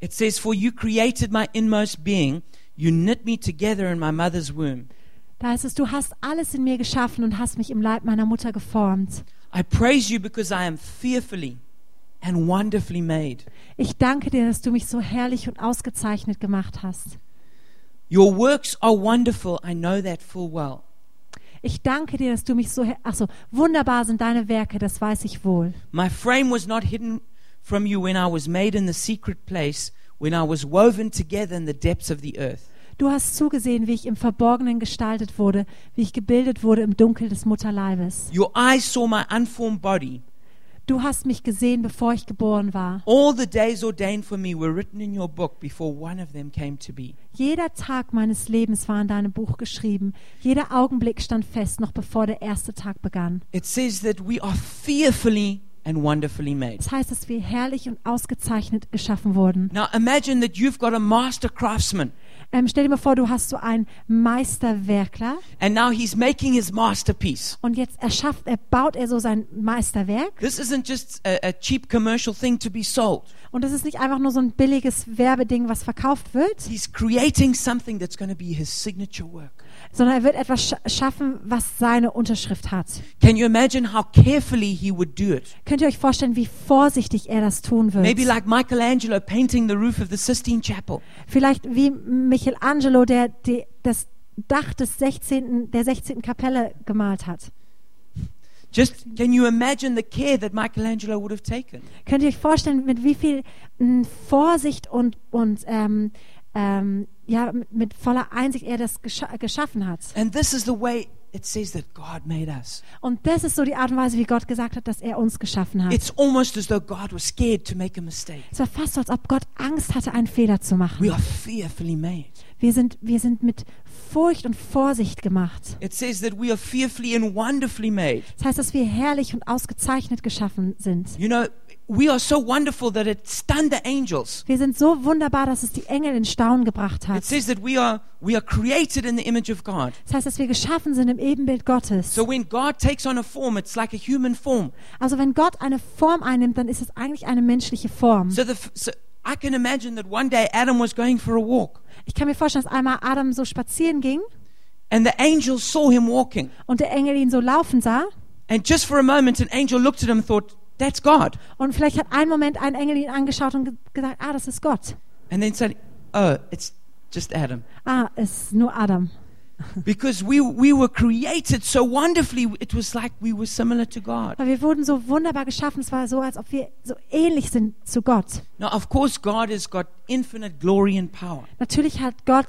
[SPEAKER 1] it says, For you created my inmost being, You knit me together in my mother's womb.
[SPEAKER 2] Da heißt es, du hast alles in mir geschaffen und hast mich im Leib meiner Mutter geformt.
[SPEAKER 1] I praise you because I am fearfully and wonderfully made.
[SPEAKER 2] Ich danke dir, dass du mich so herrlich und ausgezeichnet gemacht hast.
[SPEAKER 1] Your works are wonderful. I know that full well.
[SPEAKER 2] Ich danke dir, dass du mich so her Ach so, wunderbar sind deine Werke, das weiß ich wohl.
[SPEAKER 1] My frame was not hidden from you when I was made in the secret place, when I was woven together in the depths of the earth.
[SPEAKER 2] Du hast zugesehen, wie ich im Verborgenen gestaltet wurde, wie ich gebildet wurde im Dunkel des Mutterleibes.
[SPEAKER 1] Your eyes saw my unformed body.
[SPEAKER 2] Du hast mich gesehen, bevor ich geboren war.
[SPEAKER 1] All the days ordained for me were written in your book before one of them came to be.
[SPEAKER 2] Jeder Tag meines Lebens war in deinem Buch geschrieben. Jeder Augenblick stand fest, noch bevor der erste Tag begann.
[SPEAKER 1] It says that we are fearfully and wonderfully made.
[SPEAKER 2] Das heißt, dass wir herrlich und ausgezeichnet geschaffen wurden.
[SPEAKER 1] Now imagine that you've got a master craftsman
[SPEAKER 2] Ähm, stell dir mal vor, du hast so einen Meisterwerkler
[SPEAKER 1] and now he's making his masterpiece.
[SPEAKER 2] und jetzt erschafft, er baut er so sein Meisterwerk.
[SPEAKER 1] This isn't just a, a cheap commercial thing to be sold.
[SPEAKER 2] Und das ist nicht einfach nur so ein billiges Werbeding, was verkauft wird,
[SPEAKER 1] He's creating something that's going to be his signature work.
[SPEAKER 2] sondern er wird etwas scha schaffen, was seine Unterschrift hat.
[SPEAKER 1] Can you imagine how carefully he would do it?
[SPEAKER 2] Könnt ihr euch vorstellen, wie vorsichtig er das tun wird?
[SPEAKER 1] Maybe like Michelangelo painting the roof of the Sistine Chapel.
[SPEAKER 2] Vielleicht wie Michelangelo, der die, das Dach des 16., der 16. Kapelle gemalt hat.
[SPEAKER 1] Just can you imagine the care that Michelangelo would have taken?
[SPEAKER 2] Könnt ihr euch vorstellen, mit wie viel m, Vorsicht und, und ähm, ähm, ja, mit, mit voller Einsicht er das gescha geschaffen hat?
[SPEAKER 1] And this is the way it says that God made us.
[SPEAKER 2] Und das ist so die Art und Weise, wie Gott gesagt hat, dass er uns geschaffen hat.
[SPEAKER 1] It's almost as though God was scared to make a mistake.
[SPEAKER 2] Es war fast so, als ob Gott Angst hatte, einen Fehler zu machen.
[SPEAKER 1] We are fearfully made.
[SPEAKER 2] Wir sind, wir sind mit Furcht und Vorsicht gemacht.
[SPEAKER 1] It says that we are fearfully and wonderfully made.
[SPEAKER 2] Das heißt, dass wir herrlich und ausgezeichnet geschaffen sind.
[SPEAKER 1] You know, we are so wonderful that it stunned the angels.
[SPEAKER 2] Wir sind so wunderbar, dass es die Engel in Staunen gebracht
[SPEAKER 1] It
[SPEAKER 2] hat.
[SPEAKER 1] says that we are we are created in the image of God.
[SPEAKER 2] Das heißt, dass wir geschaffen sind im Ebenbild Gottes.
[SPEAKER 1] So when God takes on a form, it's like a human form.
[SPEAKER 2] Also wenn Gott eine Form einnimmt, dann ist es eigentlich eine menschliche Form.
[SPEAKER 1] So the f- so I can imagine that one day Adam was going for a walk
[SPEAKER 2] Ich kann mir vorstellen, dass einmal Adam so spazieren ging
[SPEAKER 1] and the angels saw him walking.
[SPEAKER 2] und der Engel ihn so laufen sah.
[SPEAKER 1] And just for a moment an angel looked at him and thought, "That's God."
[SPEAKER 2] Und vielleicht hat einen Moment ein Engel ihn angeschaut und ge gesagt, ah, das ist Gott.
[SPEAKER 1] And then said, "Oh, it's just Adam."
[SPEAKER 2] Ah, es ist nur Adam.
[SPEAKER 1] Because we, we were created so wonderfully, it was like we were similar to God.
[SPEAKER 2] Weil wir wurden so wunderbar geschaffen. Es war so, als ob wir so ähnlich sind zu Gott.
[SPEAKER 1] Now, of course, God has got infinite glory and power.
[SPEAKER 2] Natürlich hat Gott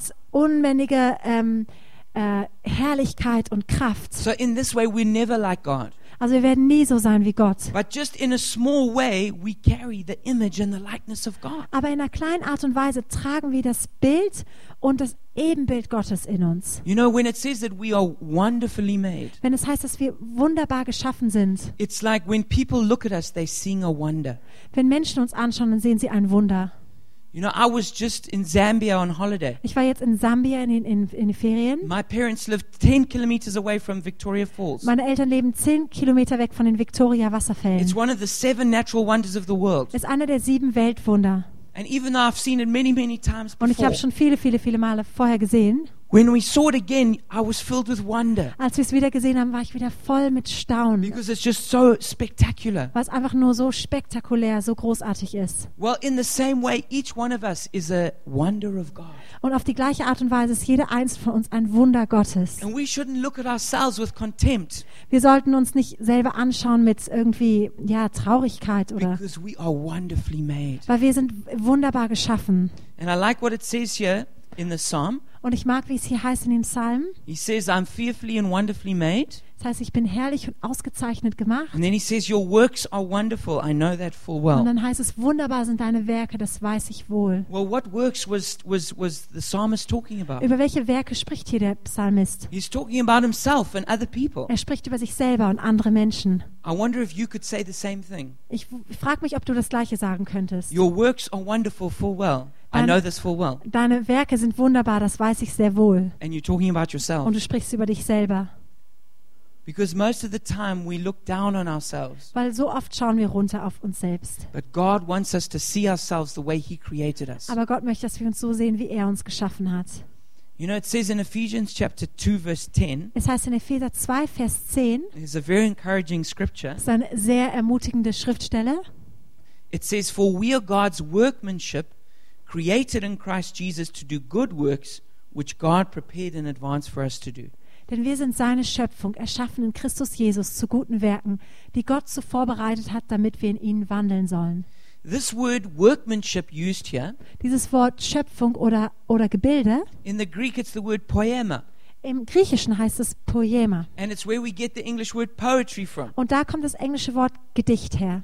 [SPEAKER 2] unmännige ähm, äh, Herrlichkeit und Kraft.
[SPEAKER 1] So, in this way, we're never like God.
[SPEAKER 2] Also wir werden nie so sein wie Gott.
[SPEAKER 1] But just in a small way, we carry the image and the likeness of God.
[SPEAKER 2] Aber in einer kleinen Art und Weise tragen wir das Bild und das Ebenbild Gottes in uns.
[SPEAKER 1] You know, when it says that we are wonderfully made,
[SPEAKER 2] Wenn es heißt, dass wir wunderbar geschaffen sind,
[SPEAKER 1] it's like when people look at us, they're seeing a wonder.
[SPEAKER 2] wenn Menschen uns anschauen, dann sehen sie ein Wunder.
[SPEAKER 1] You know, I was just in Zambia on holiday.
[SPEAKER 2] Ich war jetzt in Sambia in den, in, in den Ferien.
[SPEAKER 1] My parents lived 10 kilometers away from Victoria Falls.
[SPEAKER 2] Meine Eltern leben zehn Kilometer weg von den Victoria Wasserfällen.
[SPEAKER 1] It's one of the seven natural wonders of the world.
[SPEAKER 2] Ist einer der sieben Weltwunder.
[SPEAKER 1] And even though I've seen it many, many times
[SPEAKER 2] Und ich
[SPEAKER 1] before,
[SPEAKER 2] habe schon viele, viele, viele Male vorher gesehen.
[SPEAKER 1] when we saw it again, I was filled with wonder
[SPEAKER 2] Als wir es wieder gesehen haben, war ich wieder voll mit Staunen,
[SPEAKER 1] because it's just so spectacular.
[SPEAKER 2] weil es einfach nur so spektakulär, so großartig ist.
[SPEAKER 1] Well, in the same way, each one of us is a wonder of God.
[SPEAKER 2] Und auf die gleiche Art und Weise ist jeder einzelne von uns ein Wunder Gottes.
[SPEAKER 1] And we shouldn't look at ourselves with contempt
[SPEAKER 2] Wir sollten uns nicht selber anschauen mit irgendwie ja Traurigkeit oder
[SPEAKER 1] because we are wonderfully made.
[SPEAKER 2] weil wir sind wunderbar geschaffen.
[SPEAKER 1] And I like what it says here in the psalm.
[SPEAKER 2] Und ich mag, wie es hier heißt in dem Psalm.
[SPEAKER 1] He says, I'm fearfully and wonderfully made.
[SPEAKER 2] Das heißt, ich bin herrlich und ausgezeichnet gemacht.
[SPEAKER 1] And then he says, Your works are wonderful. I know that full
[SPEAKER 2] Und
[SPEAKER 1] well.
[SPEAKER 2] dann heißt es, wunderbar sind deine Werke, das weiß ich wohl.
[SPEAKER 1] Well, what works was, was, was the psalmist talking about?
[SPEAKER 2] Über welche Werke spricht hier der Psalmist?
[SPEAKER 1] He's talking about himself and other people.
[SPEAKER 2] Er spricht über sich selber und andere Menschen.
[SPEAKER 1] I wonder if you could say the same thing.
[SPEAKER 2] Ich frage mich, ob du das Gleiche sagen könntest.
[SPEAKER 1] Your works are wonderful full well. I
[SPEAKER 2] Dann-
[SPEAKER 1] know this full well.
[SPEAKER 2] Deine Werke sind wunderbar, das weiß ich sehr wohl.
[SPEAKER 1] And you're talking about
[SPEAKER 2] Und
[SPEAKER 1] yourself.
[SPEAKER 2] du sprichst über dich selber.
[SPEAKER 1] Because most of the time we look down on ourselves.
[SPEAKER 2] Weil so oft schauen wir runter auf uns selbst.
[SPEAKER 1] But God wants us to see ourselves the way He created us.
[SPEAKER 2] Aber Gott möchte, dass wir uns so sehen, wie er uns geschaffen hat.
[SPEAKER 1] You know, it says in Ephesians chapter 2, verse 10,
[SPEAKER 2] Es heißt in Epheser 2, Vers 10,
[SPEAKER 1] it's a very encouraging scripture.
[SPEAKER 2] das ist eine sehr ermutigende Schriftstelle.
[SPEAKER 1] It says, For we are God's workmanship, created in Christ Jesus to do good works, which God prepared in advance for us to do.
[SPEAKER 2] Denn wir sind seine Schöpfung, erschaffen in Christus Jesus zu guten Werken, die Gott so vorbereitet hat, damit wir in ihnen wandeln sollen.
[SPEAKER 1] This word workmanship used here,
[SPEAKER 2] Dieses Wort Schöpfung oder, oder Gebilde,
[SPEAKER 1] in the Greek it's the word poema,
[SPEAKER 2] im Griechischen heißt es Poema.
[SPEAKER 1] and it's where we get the English word poetry from.
[SPEAKER 2] Und da kommt das englische Wort Gedicht her.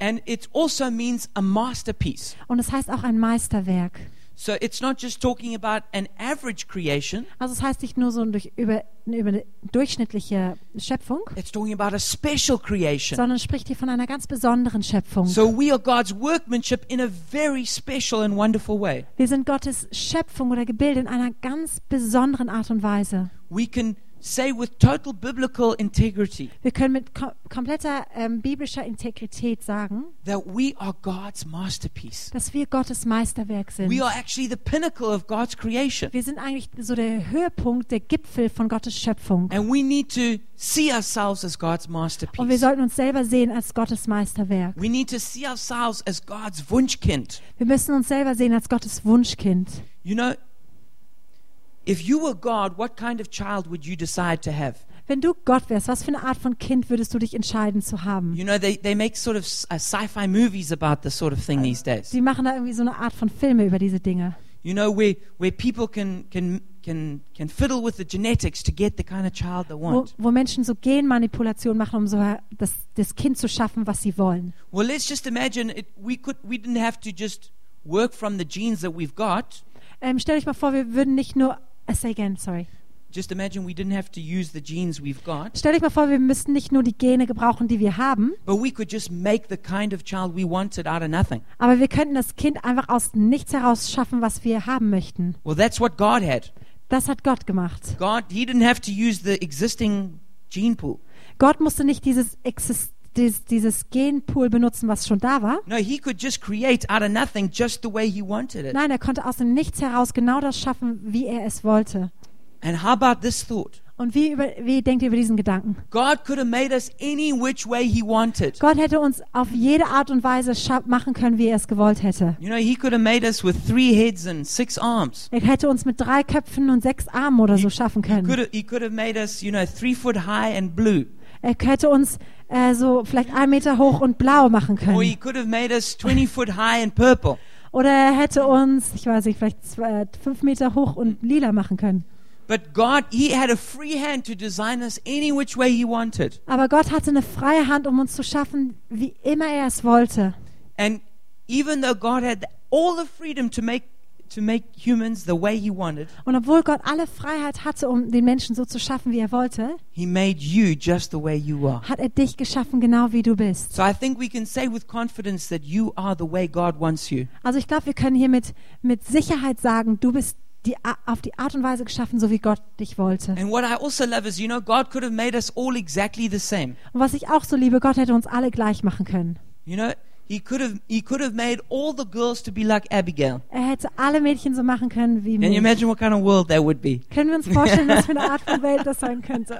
[SPEAKER 1] And it also means a masterpiece.
[SPEAKER 2] Und es heißt auch ein Meisterwerk.
[SPEAKER 1] So it's not just talking about an average creation,
[SPEAKER 2] Also es heißt nicht nur so ein durch, über, über eine durchschnittliche Schöpfung,
[SPEAKER 1] it's talking about a special creation.
[SPEAKER 2] sondern spricht hier von einer ganz besonderen Schöpfung.
[SPEAKER 1] So we are God's workmanship in a very special and wonderful way.
[SPEAKER 2] Wir sind Gottes Schöpfung oder Gebilde in einer ganz besonderen Art und Weise.
[SPEAKER 1] We can say with total biblical integrity
[SPEAKER 2] Wir können mit ko kompletter ähm, biblischer Integrität sagen,
[SPEAKER 1] that we are God's masterpiece.
[SPEAKER 2] dass wir Gottes Meisterwerk sind.
[SPEAKER 1] We are actually the pinnacle of God's creation.
[SPEAKER 2] Wir sind eigentlich so der Höhepunkt, der Gipfel von Gottes Schöpfung.
[SPEAKER 1] And we need to see ourselves as God's
[SPEAKER 2] Und wir
[SPEAKER 1] masterpiece.
[SPEAKER 2] sollten uns selber sehen als Gottes Meisterwerk.
[SPEAKER 1] We need to see ourselves as God's Wunschkind.
[SPEAKER 2] Wir müssen uns selber sehen als Gottes Wunschkind.
[SPEAKER 1] You know, if you were God, what kind of child would you decide to have?
[SPEAKER 2] Wenn du Gott wärst, was für eine Art von Kind würdest du dich entscheiden zu haben?
[SPEAKER 1] You know, they, they make sort of s- uh, sci fi movies about this sort of thing these days.
[SPEAKER 2] Sie machen da irgendwie so eine Art von Filme über diese Dinge.
[SPEAKER 1] You know, where, where people can, can, can, can fiddle with the genetics to get the kind of child they
[SPEAKER 2] Wo,
[SPEAKER 1] want.
[SPEAKER 2] wo Menschen so Genmanipulation machen, um so her- das, das Kind zu schaffen, was sie wollen.
[SPEAKER 1] Well, let's just imagine it, we, could, we didn't have to just work from the genes that we've got.
[SPEAKER 2] Ähm, stell euch mal vor, wir würden nicht nur. I Say again, sorry.
[SPEAKER 1] Just imagine we didn't have to use the genes we've got,
[SPEAKER 2] Stell euch mal vor, wir müssten nicht nur die Gene gebrauchen, die wir haben,
[SPEAKER 1] but we could just make the kind of child we wanted out of nothing.
[SPEAKER 2] aber wir könnten das Kind einfach aus nichts heraus schaffen, was wir haben möchten.
[SPEAKER 1] Well, that's what God had.
[SPEAKER 2] Das hat Gott gemacht.
[SPEAKER 1] God, He didn't have to use the existing gene pool.
[SPEAKER 2] Gott musste nicht dieses, Exist dieses, dieses Genpool benutzen, was schon da war.
[SPEAKER 1] No, He could just create out of nothing just the way He wanted it.
[SPEAKER 2] Nein, er konnte aus dem Nichts heraus genau das schaffen, wie er es wollte.
[SPEAKER 1] And how about this thought?
[SPEAKER 2] Und wie, über, wie denkt ihr über diesen Gedanken?
[SPEAKER 1] God could have made us any which way He wanted.
[SPEAKER 2] Gott hätte uns auf jede Art und Weise scha- machen können, wie er es gewollt hätte.
[SPEAKER 1] You know, He could have made us with three heads and six arms.
[SPEAKER 2] Er hätte uns mit drei Köpfen und sechs Armen oder so schaffen
[SPEAKER 1] He could
[SPEAKER 2] können.
[SPEAKER 1] have, he could have made us, you know, three foot high and blue.
[SPEAKER 2] Er hätte uns äh, so vielleicht einen Meter hoch und blau machen
[SPEAKER 1] Or He
[SPEAKER 2] können.
[SPEAKER 1] could have made us 20 foot high and purple.
[SPEAKER 2] Oder er hätte uns, ich weiß nicht, vielleicht zwei, äh, fünf Meter hoch und lila machen können.
[SPEAKER 1] But God, He had a free hand to design us any which way He wanted.
[SPEAKER 2] Aber Gott hatte eine freie Hand, um uns zu schaffen, wie immer er es wollte.
[SPEAKER 1] And even though God had all the freedom to make to make humans the way He wanted,
[SPEAKER 2] Und obwohl Gott alle Freiheit hatte, um den Menschen so zu schaffen, wie er wollte,
[SPEAKER 1] He made you just the way you are.
[SPEAKER 2] hat er dich geschaffen, genau wie du bist.
[SPEAKER 1] So I think we can say with confidence that you are the way God wants you.
[SPEAKER 2] Also ich glaube, wir können hier mit, mit Sicherheit sagen, du bist die, A- auf die Art und Weise geschaffen, so wie Gott dich wollte.
[SPEAKER 1] And what I also love is, you know, God could have made us all exactly the same.
[SPEAKER 2] Und was ich auch so liebe, Gott hätte uns alle gleich machen können.
[SPEAKER 1] You know, He could have He could have made all the girls to be like Abigail.
[SPEAKER 2] Er hätte alle Mädchen so machen können wie
[SPEAKER 1] Can you
[SPEAKER 2] mich.
[SPEAKER 1] imagine what kind of world that would be?
[SPEAKER 2] Können wir uns vorstellen, was für eine Art von Welt das sein könnte?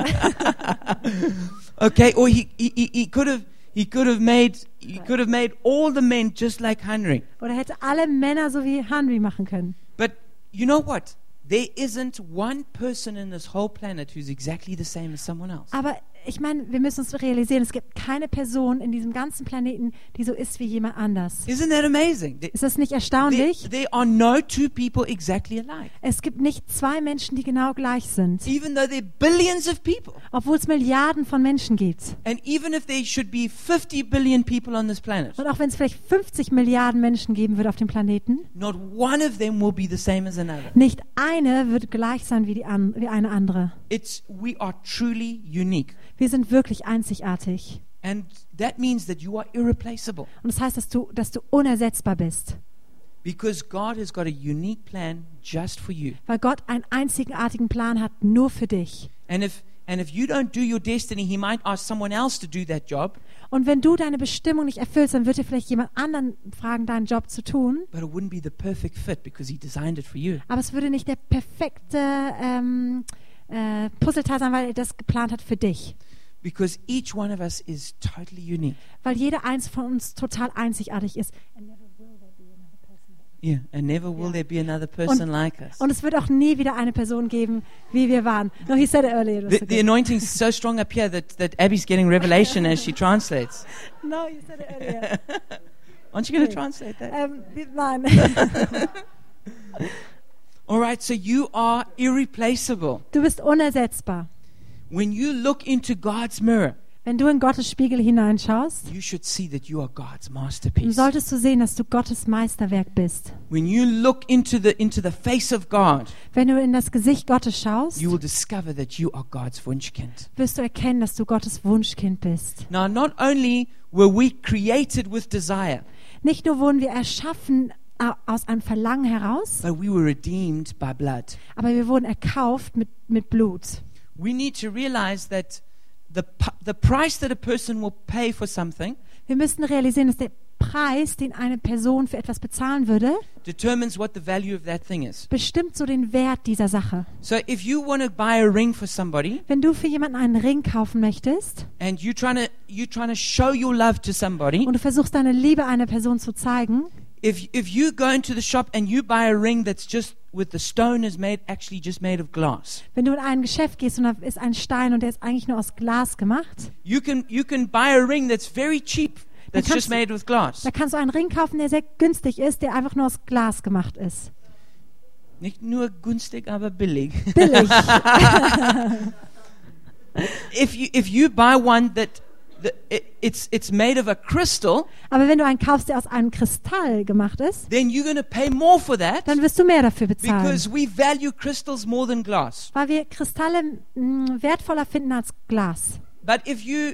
[SPEAKER 1] Okay, or he, he, he- he could have he could have made he could have made all the men just like Henry.
[SPEAKER 2] Oder hätte alle Männer so wie Henry machen können.
[SPEAKER 1] But you know what? There isn't one person in this whole planet who's exactly the same as someone else.
[SPEAKER 2] Aber ich meine, wir müssen uns realisieren, es gibt keine Person in diesem ganzen Planeten, die so ist wie jemand anders.
[SPEAKER 1] Isn't that amazing? There,
[SPEAKER 2] Ist das nicht
[SPEAKER 1] there,
[SPEAKER 2] erstaunlich?
[SPEAKER 1] there are no two people exactly alike,
[SPEAKER 2] Es gibt nicht zwei Menschen, die genau gleich sind,
[SPEAKER 1] even though there are billions of people.
[SPEAKER 2] obwohl es Milliarden von Menschen gibt.
[SPEAKER 1] And even if there should be 50 billion people on this planet,
[SPEAKER 2] Und auch wenn es vielleicht 50 Milliarden Menschen geben würde auf dem Planeten,
[SPEAKER 1] not one of them will be the same as another.
[SPEAKER 2] nicht eine wird gleich sein wie, die an, wie eine andere.
[SPEAKER 1] It's we are truly unique.
[SPEAKER 2] Wir sind wirklich einzigartig.
[SPEAKER 1] And that means that you are irreplaceable.
[SPEAKER 2] Und das heißt, dass du, dass du unersetzbar bist,
[SPEAKER 1] Because God has got a unique plan just for you.
[SPEAKER 2] weil Gott einen einzigartigen Plan hat, nur für dich.
[SPEAKER 1] And if and if you don't do your destiny, he might ask someone else to do that job.
[SPEAKER 2] Und wenn du deine Bestimmung nicht erfüllst, dann wird dir vielleicht jemand anderen fragen, deinen Job zu tun.
[SPEAKER 1] But it wouldn't be the perfect fit because He designed it for you.
[SPEAKER 2] Aber es würde nicht der perfekte ähm, äh, Puzzleteil sein, weil er das geplant hat für dich.
[SPEAKER 1] Because each one of us is totally unique.
[SPEAKER 2] Weil jeder eins von uns total einzigartig ist.
[SPEAKER 1] Yeah, and never will there be another person like us.
[SPEAKER 2] Und es wird auch nie wieder eine Person geben, wie wir waren. No, he said it earlier. it was
[SPEAKER 1] The,
[SPEAKER 2] okay.
[SPEAKER 1] the anointing is so strong up here that, that Abby's getting revelation as she translates.
[SPEAKER 2] No, you said it earlier.
[SPEAKER 1] Aren't you going to
[SPEAKER 2] Okay.
[SPEAKER 1] translate that?
[SPEAKER 2] ähm, wir waren.
[SPEAKER 1] All right, so you are irreplaceable.
[SPEAKER 2] Du bist unersetzbar.
[SPEAKER 1] When you look into God's mirror,
[SPEAKER 2] Wenn du in Gottes Spiegel hineinschaust,
[SPEAKER 1] you should see that you are God's
[SPEAKER 2] dann
[SPEAKER 1] masterpiece.
[SPEAKER 2] solltest du sehen, dass du Gottes Meisterwerk bist.
[SPEAKER 1] When you look into the into the face of God,
[SPEAKER 2] Wenn du in das Gesicht Gottes schaust,
[SPEAKER 1] you will discover that you are God's Wunschkind.
[SPEAKER 2] wirst du erkennen, dass du Gottes Wunschkind bist.
[SPEAKER 1] Now, not only were we created with desire,
[SPEAKER 2] Nicht nur wurden wir erschaffen äh, aus einem Verlangen heraus,
[SPEAKER 1] but we were redeemed by blood.
[SPEAKER 2] aber wir wurden erkauft mit, mit Blut.
[SPEAKER 1] We need to realize that the p- the price that a person will pay for something
[SPEAKER 2] Wir müssen realisieren, dass der Preis, den eine Person für etwas bezahlen würde,
[SPEAKER 1] determines what the value of that thing is.
[SPEAKER 2] bestimmt so den Wert dieser Sache.
[SPEAKER 1] So, if you want to buy a ring for somebody
[SPEAKER 2] Wenn du für jemanden einen Ring kaufen möchtest
[SPEAKER 1] and you trying to you trying to show your love to somebody,
[SPEAKER 2] und du versuchst, deine Liebe einer Person zu zeigen,
[SPEAKER 1] if if you go into the shop and you buy a ring that's just with the stone is made actually just made of glass.
[SPEAKER 2] wenn du in ein Geschäft gehst und da ist ein Stein und der ist eigentlich nur aus Glas gemacht,
[SPEAKER 1] You can you can buy a ring that's very cheap that's
[SPEAKER 2] kannst
[SPEAKER 1] just
[SPEAKER 2] du-
[SPEAKER 1] made with glass.
[SPEAKER 2] da kannst du einen Ring kaufen, der sehr günstig ist, der einfach nur aus Glas gemacht ist.
[SPEAKER 1] Nicht nur günstig, aber billig.
[SPEAKER 2] Billig.
[SPEAKER 1] If you if you buy one that that it, it's it's made of a crystal,
[SPEAKER 2] Aber wenn du einen kaufst, der aus einem Kristall gemacht ist,
[SPEAKER 1] then you're going to pay more for that
[SPEAKER 2] dann wirst du mehr dafür bezahlen.
[SPEAKER 1] because we value crystals more than glass.
[SPEAKER 2] Weil wir Kristalle mh, wertvoller finden als Glas.
[SPEAKER 1] But if you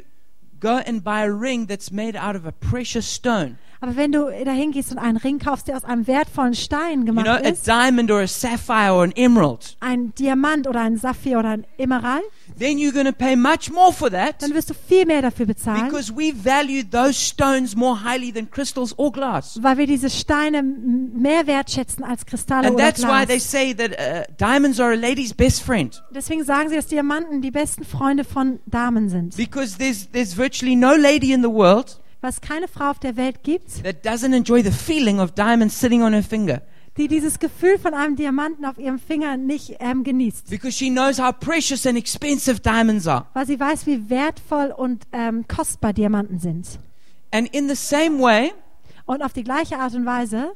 [SPEAKER 1] go and buy a ring that's made out of a precious stone,
[SPEAKER 2] Aber wenn du dahin gehst und einen Ring kaufst, der aus einem wertvollen Stein
[SPEAKER 1] you
[SPEAKER 2] gemacht
[SPEAKER 1] know, a
[SPEAKER 2] ist,
[SPEAKER 1] diamond or a sapphire or an emerald,
[SPEAKER 2] ein Diamant oder ein Saphir oder ein Emerald,
[SPEAKER 1] then you're going to pay much more for that
[SPEAKER 2] dann wirst du viel mehr dafür bezahlen,
[SPEAKER 1] because we value those stones more highly than crystals or glass.
[SPEAKER 2] weil wir diese Steine m- mehr wertschätzen als Kristalle
[SPEAKER 1] And
[SPEAKER 2] oder
[SPEAKER 1] that's why they
[SPEAKER 2] Glas.
[SPEAKER 1] say that uh, diamonds are a lady's best friend
[SPEAKER 2] Deswegen sagen sie, dass Diamanten die besten Freunde von Damen sind.
[SPEAKER 1] because there's, there's virtually no lady in the world
[SPEAKER 2] Was keine Frau auf der Welt gibt,
[SPEAKER 1] that doesn't enjoy the feeling of diamonds sitting on her finger
[SPEAKER 2] die dieses Gefühl von einem Diamanten auf ihrem Finger nicht ähm, genießt.
[SPEAKER 1] because she knows how precious and expensive diamonds are.
[SPEAKER 2] Weil sie weiß, wie wertvoll und ähm, kostbar Diamanten sind.
[SPEAKER 1] And in the same way,
[SPEAKER 2] Und auf die gleiche Art und Weise,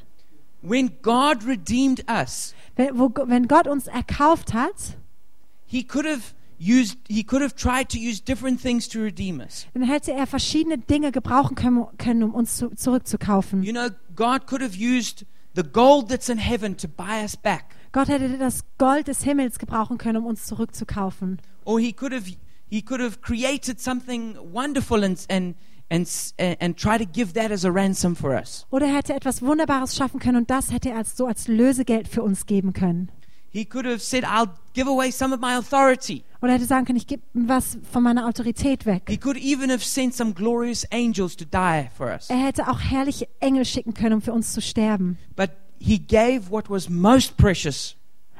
[SPEAKER 1] when God redeemed us,
[SPEAKER 2] wenn, wo, wenn Gott uns erkauft hat,
[SPEAKER 1] he could have used he could have tried to use different things to redeem us.
[SPEAKER 2] dann hätte er verschiedene Dinge gebrauchen können, können um uns zu, zurückzukaufen.
[SPEAKER 1] You know, God could have used the gold that's in heaven to buy us back.
[SPEAKER 2] Gott hätte das Gold des Himmels gebrauchen können, um uns zurückzukaufen.
[SPEAKER 1] or he could have he could have created something wonderful and and and s- and, and try to give that as a ransom for us.
[SPEAKER 2] Oder er hätte etwas Wunderbares schaffen können und das hätte er als, so als Lösegeld für uns geben können.
[SPEAKER 1] He could have said, "I'll give away some of my authority."
[SPEAKER 2] Oder er hätte sagen können, ich gebe was von meiner Autorität
[SPEAKER 1] He
[SPEAKER 2] weg.
[SPEAKER 1] could even have sent some glorious angels to die for us.
[SPEAKER 2] Er hätte auch herrliche Engel schicken können, um für uns zu sterben.
[SPEAKER 1] But he gave what was most precious,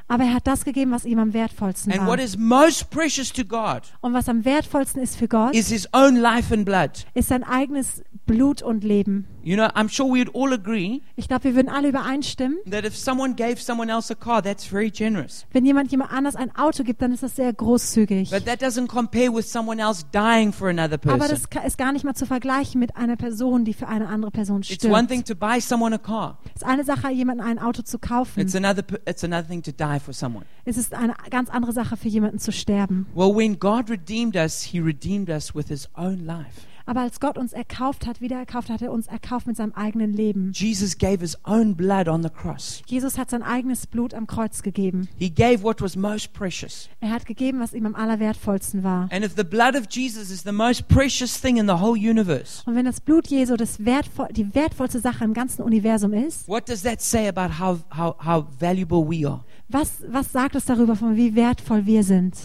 [SPEAKER 2] Aber er hat das gegeben, was ihm am wertvollsten
[SPEAKER 1] and
[SPEAKER 2] war.
[SPEAKER 1] what is most precious to God
[SPEAKER 2] Und was am wertvollsten ist für Gott,
[SPEAKER 1] is His own life and blood.
[SPEAKER 2] ist sein eigenes Blut und Leben.
[SPEAKER 1] You know, I'm sure we'd all agree
[SPEAKER 2] Ich glaube, wir würden alle übereinstimmen.
[SPEAKER 1] that if someone gave someone else a car, that's very generous.
[SPEAKER 2] Wenn jemand jemand anders ein Auto gibt, dann ist das sehr großzügig.
[SPEAKER 1] But that doesn't compare with someone else dying for another
[SPEAKER 2] Aber
[SPEAKER 1] person.
[SPEAKER 2] das ka- ist gar nicht mal zu vergleichen mit einer Person, die für eine andere Person
[SPEAKER 1] It's one
[SPEAKER 2] stirbt.
[SPEAKER 1] thing to buy someone a car.
[SPEAKER 2] Es ist eine Sache, jemandem ein Auto zu kaufen.
[SPEAKER 1] It's another. p- It's another thing to die for someone.
[SPEAKER 2] Es ist eine ganz andere Sache, für jemanden zu sterben.
[SPEAKER 1] Well, when God redeemed us, He redeemed us with His own life.
[SPEAKER 2] Aber als Gott uns erkauft hat, wieder erkauft hat, hat er uns erkauft mit seinem eigenen Leben.
[SPEAKER 1] Jesus gave His own blood on the cross.
[SPEAKER 2] Jesus hat sein eigenes Blut am Kreuz gegeben.
[SPEAKER 1] He gave what was most precious.
[SPEAKER 2] Er hat gegeben, was ihm am allerwertvollsten war.
[SPEAKER 1] And if the blood of Jesus is the most precious thing in the whole universe,
[SPEAKER 2] Und wenn das Blut Jesu das wertvoll, die wertvollste Sache im ganzen Universum ist,
[SPEAKER 1] what does that say about how, how, how valuable we are?
[SPEAKER 2] was, was sagt es darüber, von wie wertvoll wir sind?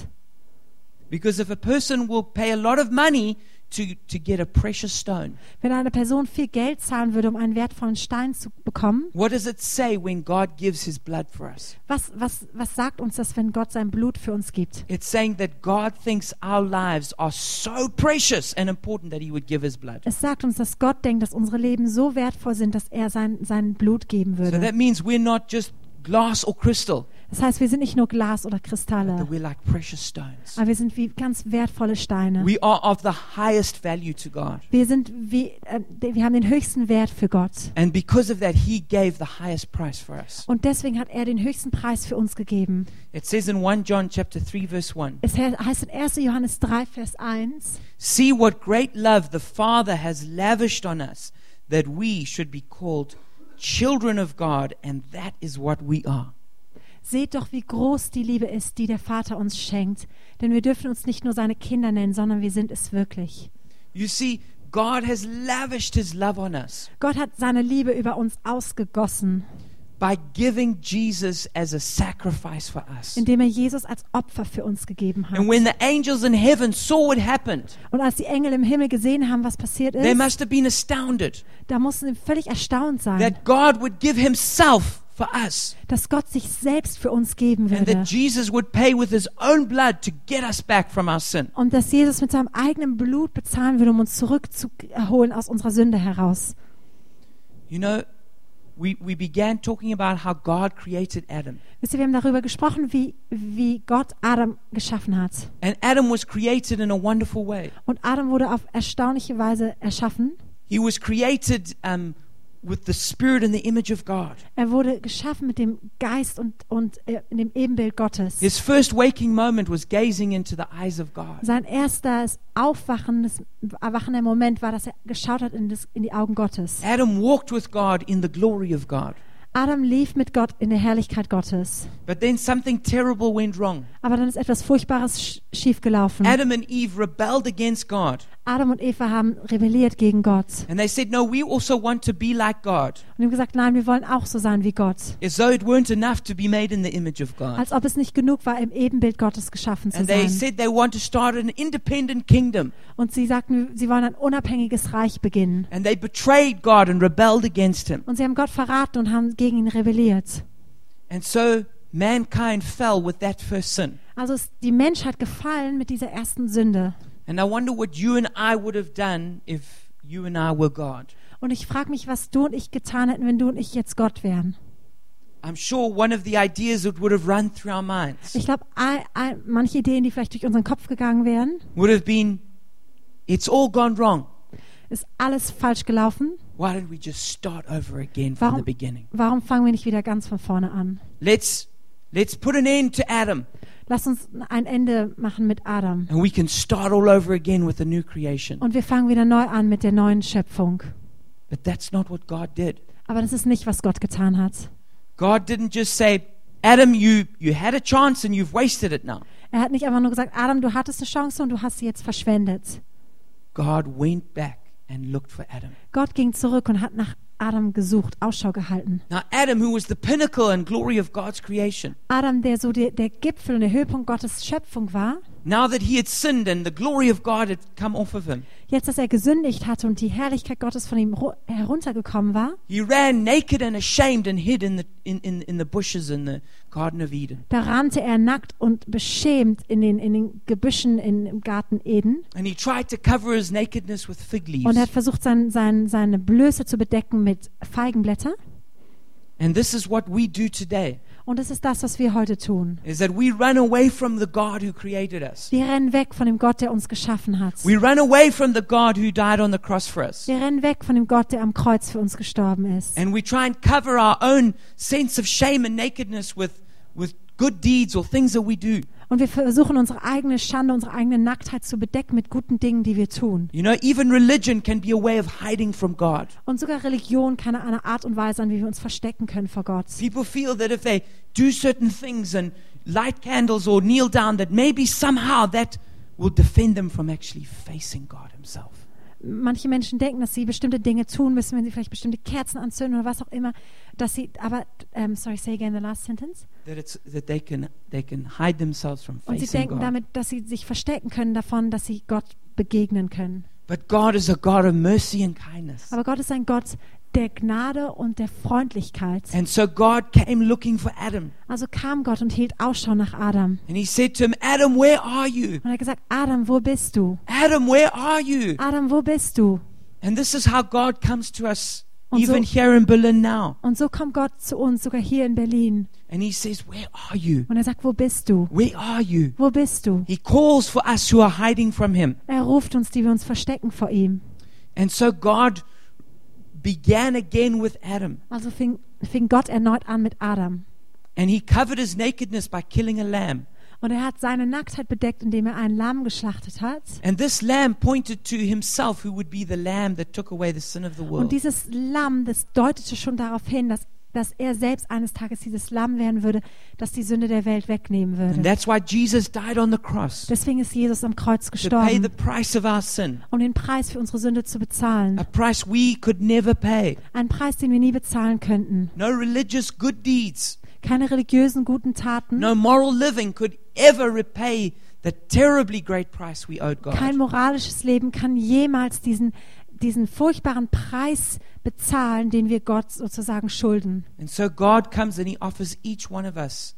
[SPEAKER 1] Because if a person will pay a lot of money to, to get a precious stone.
[SPEAKER 2] Wenn eine Person viel Geld zahlen würde, um einen wertvollen Stein zu bekommen,
[SPEAKER 1] What does it say when God gives his blood for us?
[SPEAKER 2] was, was, was sagt uns das, wenn Gott sein Blut für uns gibt?
[SPEAKER 1] It's saying that God thinks our lives are so precious and important that he would give his blood.
[SPEAKER 2] Es sagt uns, dass Gott denkt, dass unsere Leben so wertvoll sind, dass er sein, sein Blut geben
[SPEAKER 1] So
[SPEAKER 2] würde.
[SPEAKER 1] that means we're not just glass or crystal,
[SPEAKER 2] Das heißt, wir sind nicht nur Glas oder
[SPEAKER 1] that
[SPEAKER 2] Kristalle,
[SPEAKER 1] we're like precious stones.
[SPEAKER 2] aber wir sind wie ganz wertvolle Steine.
[SPEAKER 1] We are of the highest value to God.
[SPEAKER 2] Wir sind wie, äh, wir haben den höchsten Wert für Gott.
[SPEAKER 1] And because of that, he gave the highest price for us.
[SPEAKER 2] Und deswegen hat er den höchsten Preis für uns gegeben.
[SPEAKER 1] It says in 1 John chapter 3 verse 1,
[SPEAKER 2] Es he- heißt in 1. Johannes 3, Vers 1,
[SPEAKER 1] "See what great love the Father has lavished on us that we should be called children of God, and that is what we are."
[SPEAKER 2] Seht doch, wie groß die Liebe ist, die der Vater uns schenkt. Denn wir dürfen uns nicht nur seine Kinder nennen, sondern wir sind es wirklich.
[SPEAKER 1] You see, God has lavished his love on us
[SPEAKER 2] Gott hat seine Liebe über uns ausgegossen,
[SPEAKER 1] by giving Jesus as a sacrifice for us.
[SPEAKER 2] indem er Jesus als Opfer für uns gegeben hat.
[SPEAKER 1] And when the angels in heaven saw what happened,
[SPEAKER 2] Und als die Engel im Himmel gesehen haben, was passiert
[SPEAKER 1] they
[SPEAKER 2] ist,
[SPEAKER 1] must have been astounded
[SPEAKER 2] da mussten sie völlig erstaunt sein,
[SPEAKER 1] that God would give himself for us
[SPEAKER 2] dass Gott sich selbst für uns geben
[SPEAKER 1] and that
[SPEAKER 2] würde.
[SPEAKER 1] Jesus would pay with his own blood to get us back from our sin.
[SPEAKER 2] Und dass Jesus mit seinem eigenen Blut bezahlen würde, um uns zurückzuholen aus unserer Sünde heraus.
[SPEAKER 1] You know, we, we began talking about how God created Adam.
[SPEAKER 2] Wisst ihr, wir haben darüber gesprochen, wie, wie Gott Adam geschaffen hat.
[SPEAKER 1] And Adam was created in a wonderful way.
[SPEAKER 2] Und Adam wurde auf erstaunliche Weise erschaffen.
[SPEAKER 1] He was created um, with the spirit and the image of God.
[SPEAKER 2] Er wurde geschaffen mit dem Geist und, und äh, in dem Ebenbild Gottes.
[SPEAKER 1] His first waking moment was gazing into the eyes of God.
[SPEAKER 2] Sein erstes aufwachendes, erwachender Moment war, dass er geschaut hat in, das, in die Augen Gottes.
[SPEAKER 1] Adam walked with God in the glory of God.
[SPEAKER 2] Adam lief mit Gott in der Herrlichkeit Gottes.
[SPEAKER 1] But then something terrible went wrong.
[SPEAKER 2] Aber dann ist etwas Furchtbares sch schiefgelaufen.
[SPEAKER 1] Adam and Eve rebelled against God.
[SPEAKER 2] Adam und Eva haben rebelliert gegen Gott
[SPEAKER 1] And they said, No, we also want to be like God.
[SPEAKER 2] und haben gesagt, nein, wir wollen auch so sein wie Gott.
[SPEAKER 1] As though it weren't enough to be made in the image of God.
[SPEAKER 2] Als ob es nicht genug war, im Ebenbild Gottes geschaffen zu
[SPEAKER 1] And they
[SPEAKER 2] sein.
[SPEAKER 1] said they want to start an independent kingdom.
[SPEAKER 2] Und sie sagten, sie wollen ein unabhängiges Reich beginnen.
[SPEAKER 1] And they betrayed God and rebelled against him.
[SPEAKER 2] Und sie haben Gott verraten und haben gegen ihn rebelliert.
[SPEAKER 1] And so mankind fell with that first sin.
[SPEAKER 2] Also ist die Menschheit gefallen mit dieser ersten Sünde.
[SPEAKER 1] And I wonder what you and I would have done if you and I were God.
[SPEAKER 2] Und ich frage mich, was du und ich getan hätten, wenn du und ich jetzt Gott wären.
[SPEAKER 1] I'm sure one of the ideas that would have run through our minds
[SPEAKER 2] Ich glaube, all- all- manche Ideen, die vielleicht durch unseren Kopf gegangen wären,
[SPEAKER 1] would have been it's all gone wrong.
[SPEAKER 2] ist alles falsch gelaufen.
[SPEAKER 1] Why don't we just start over again from the
[SPEAKER 2] Warum-
[SPEAKER 1] beginning?
[SPEAKER 2] Warum fangen wir nicht wieder ganz von vorne an?
[SPEAKER 1] Let's let's put an end to Adam
[SPEAKER 2] Lass uns ein Ende machen mit Adam.
[SPEAKER 1] and we can start all over again with a new creation.
[SPEAKER 2] Und wir fangen wieder neu an mit der neuen Schöpfung.
[SPEAKER 1] But that's not what God did.
[SPEAKER 2] Aber das ist nicht, was Gott getan hat.
[SPEAKER 1] God didn't just say, Adam, you, you had a chance and you've wasted it now.
[SPEAKER 2] Er hat nicht einfach nur gesagt, Adam, du hattest eine Chance und du hast sie jetzt verschwendet.
[SPEAKER 1] God went back and looked for Adam.
[SPEAKER 2] Gott ging zurück und hat nach Adam gesucht, Ausschau gehalten.
[SPEAKER 1] Now, Adam, who was the pinnacle and glory of God's creation,
[SPEAKER 2] Adam, der so der, der Gipfel und der Höhepunkt Gottes Schöpfung war,
[SPEAKER 1] now that he had sinned and the glory of God had come off of him,
[SPEAKER 2] jetzt, dass er gesündigt hatte und die Herrlichkeit Gottes von ihm ru- heruntergekommen war,
[SPEAKER 1] he ran naked and ashamed and hid in the, in, in, in the bushes in the Garden of Eden.
[SPEAKER 2] da rannte er nackt und beschämt in den, in den Gebüschen in, im Garten Eden
[SPEAKER 1] And he tried to cover his nakedness with fig
[SPEAKER 2] und er hat
[SPEAKER 1] leaves.
[SPEAKER 2] versucht, sein, sein, seine Blöße zu bedecken mit Feigenblätter.
[SPEAKER 1] And this is what we do today,
[SPEAKER 2] Und das ist das, was wir heute tun.
[SPEAKER 1] is that we run away from the God who created us.
[SPEAKER 2] Wir rennen weg von dem Gott, der uns geschaffen hat.
[SPEAKER 1] We run away from the God who died on the cross for us.
[SPEAKER 2] Wir rennen weg von dem Gott, der am Kreuz für uns gestorben ist.
[SPEAKER 1] And we try and cover our own sense of shame and nakedness with, with good deeds or things that we do.
[SPEAKER 2] Und wir versuchen, unsere eigene Schande, unsere eigene Nacktheit zu bedecken mit guten Dingen, die wir tun.
[SPEAKER 1] You know, even religion can be a way of hiding from God.
[SPEAKER 2] Und sogar Religion kann eine Art und Weise sein, wie wir uns verstecken können vor Gott.
[SPEAKER 1] People feel that if they do certain things and light candles or kneel down, that maybe somehow that will defend them from actually facing God Himself.
[SPEAKER 2] Manche Menschen denken, dass sie bestimmte Dinge tun müssen, wenn sie vielleicht bestimmte Kerzen anzünden oder was auch immer, dass sie, aber, ähm, sorry, say again the last sentence.
[SPEAKER 1] That, it's, that they, can, they can hide themselves from
[SPEAKER 2] Und sie
[SPEAKER 1] facing
[SPEAKER 2] denken
[SPEAKER 1] God.
[SPEAKER 2] damit, dass sie sich verstecken können davon, dass sie Gott begegnen können.
[SPEAKER 1] But God is a God of mercy and kindness.
[SPEAKER 2] Aber Gott ist ein Gott der Gnade und der Freundlichkeit.
[SPEAKER 1] And so God came looking for Adam.
[SPEAKER 2] Also kam Gott und hielt Ausschau nach Adam.
[SPEAKER 1] And he said to him, Adam, where are you?
[SPEAKER 2] Und er hat gesagt, Adam, wo bist du?
[SPEAKER 1] Adam, where are you?
[SPEAKER 2] Adam, wo bist du?
[SPEAKER 1] And this is how God comes to us,
[SPEAKER 2] Und so-
[SPEAKER 1] even here in Berlin now.
[SPEAKER 2] Und so kommt Gott zu uns, sogar hier in Berlin.
[SPEAKER 1] And he says, Where are you?
[SPEAKER 2] Und er sagt, wo bist du?
[SPEAKER 1] Where are you?
[SPEAKER 2] Wo bist du?
[SPEAKER 1] He calls for us who are hiding from him.
[SPEAKER 2] Er ruft uns, die wir uns verstecken vor ihm.
[SPEAKER 1] And so God began again with Adam.
[SPEAKER 2] Also fing, fing Gott erneut an mit Adam.
[SPEAKER 1] And he covered his nakedness by killing a lamb.
[SPEAKER 2] Und er hat seine Nacktheit bedeckt, indem er einen Lamm geschlachtet hat.
[SPEAKER 1] And this lamb pointed to himself, who would be the lamb that took away the sin of the
[SPEAKER 2] Und
[SPEAKER 1] world.
[SPEAKER 2] dieses Lamm, das deutete schon darauf hin, dass, dass er selbst eines Tages dieses Lamm werden würde, das die Sünde der Welt wegnehmen
[SPEAKER 1] And
[SPEAKER 2] würde.
[SPEAKER 1] that's why Jesus died on the cross
[SPEAKER 2] Deswegen ist Jesus am Kreuz
[SPEAKER 1] to pay the
[SPEAKER 2] gestorben,
[SPEAKER 1] price of our sin,
[SPEAKER 2] um den Preis für unsere Sünde
[SPEAKER 1] a
[SPEAKER 2] zu bezahlen.
[SPEAKER 1] price we could never pay.
[SPEAKER 2] Einen Preis, den wir nie bezahlen könnten.
[SPEAKER 1] No religious good deeds,
[SPEAKER 2] Keine religiösen guten Taten,
[SPEAKER 1] no moral living could ever repay the terribly great price we owed God.
[SPEAKER 2] kein moralisches Leben kann jemals diesen, diesen furchtbaren Preis bezahlen, den wir Gott sozusagen schulden.
[SPEAKER 1] And so God comes and He offers each one of us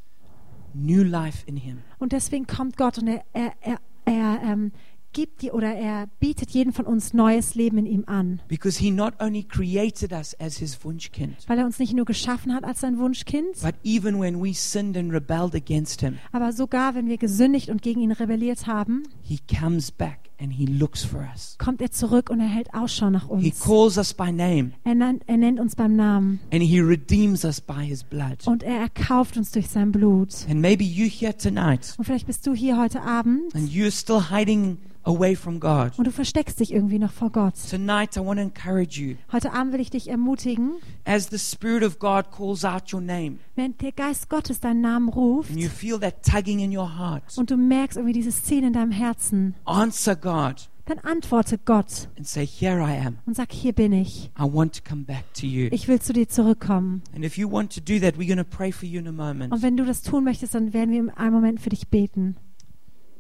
[SPEAKER 1] new life in Him.
[SPEAKER 2] Und deswegen kommt Gott und er, er, er, er ähm, gibt die oder er bietet jeden von uns neues Leben in ihm an,
[SPEAKER 1] Because He not only created us as His Wunschkind,
[SPEAKER 2] weil er uns nicht nur geschaffen hat als sein Wunschkind,
[SPEAKER 1] but even when we sinned and rebelled against Him,
[SPEAKER 2] aber sogar wenn wir gesündigt und gegen ihn rebelliert haben,
[SPEAKER 1] He comes back and He looks for us.
[SPEAKER 2] kommt er zurück und er hält Ausschau nach
[SPEAKER 1] He
[SPEAKER 2] uns.
[SPEAKER 1] calls us by name
[SPEAKER 2] Er, nan- er nennt uns beim Namen
[SPEAKER 1] and He redeems us by His blood.
[SPEAKER 2] und er erkauft uns durch sein Blut.
[SPEAKER 1] And maybe you here tonight
[SPEAKER 2] Und vielleicht bist du hier heute Abend
[SPEAKER 1] and you're still hiding away from God.
[SPEAKER 2] und du versteckst dich irgendwie noch vor Gott.
[SPEAKER 1] Tonight, I want to encourage you
[SPEAKER 2] Heute Abend will ich dich ermutigen,
[SPEAKER 1] as the Spirit of God calls out your name
[SPEAKER 2] wenn der Geist Gottes deinen Namen ruft
[SPEAKER 1] and you feel that tugging in your heart,
[SPEAKER 2] und du merkst irgendwie diese Szene in deinem Herzen,
[SPEAKER 1] answer God.
[SPEAKER 2] dann antworte Gott
[SPEAKER 1] and say, Here I am.
[SPEAKER 2] und sag, hier bin ich.
[SPEAKER 1] I want to come back to you.
[SPEAKER 2] Ich will zu dir zurückkommen.
[SPEAKER 1] And if you want to do that, we're going to pray for you in a
[SPEAKER 2] Und
[SPEAKER 1] moment.
[SPEAKER 2] wenn du das tun möchtest, dann werden wir in einem Moment für dich beten.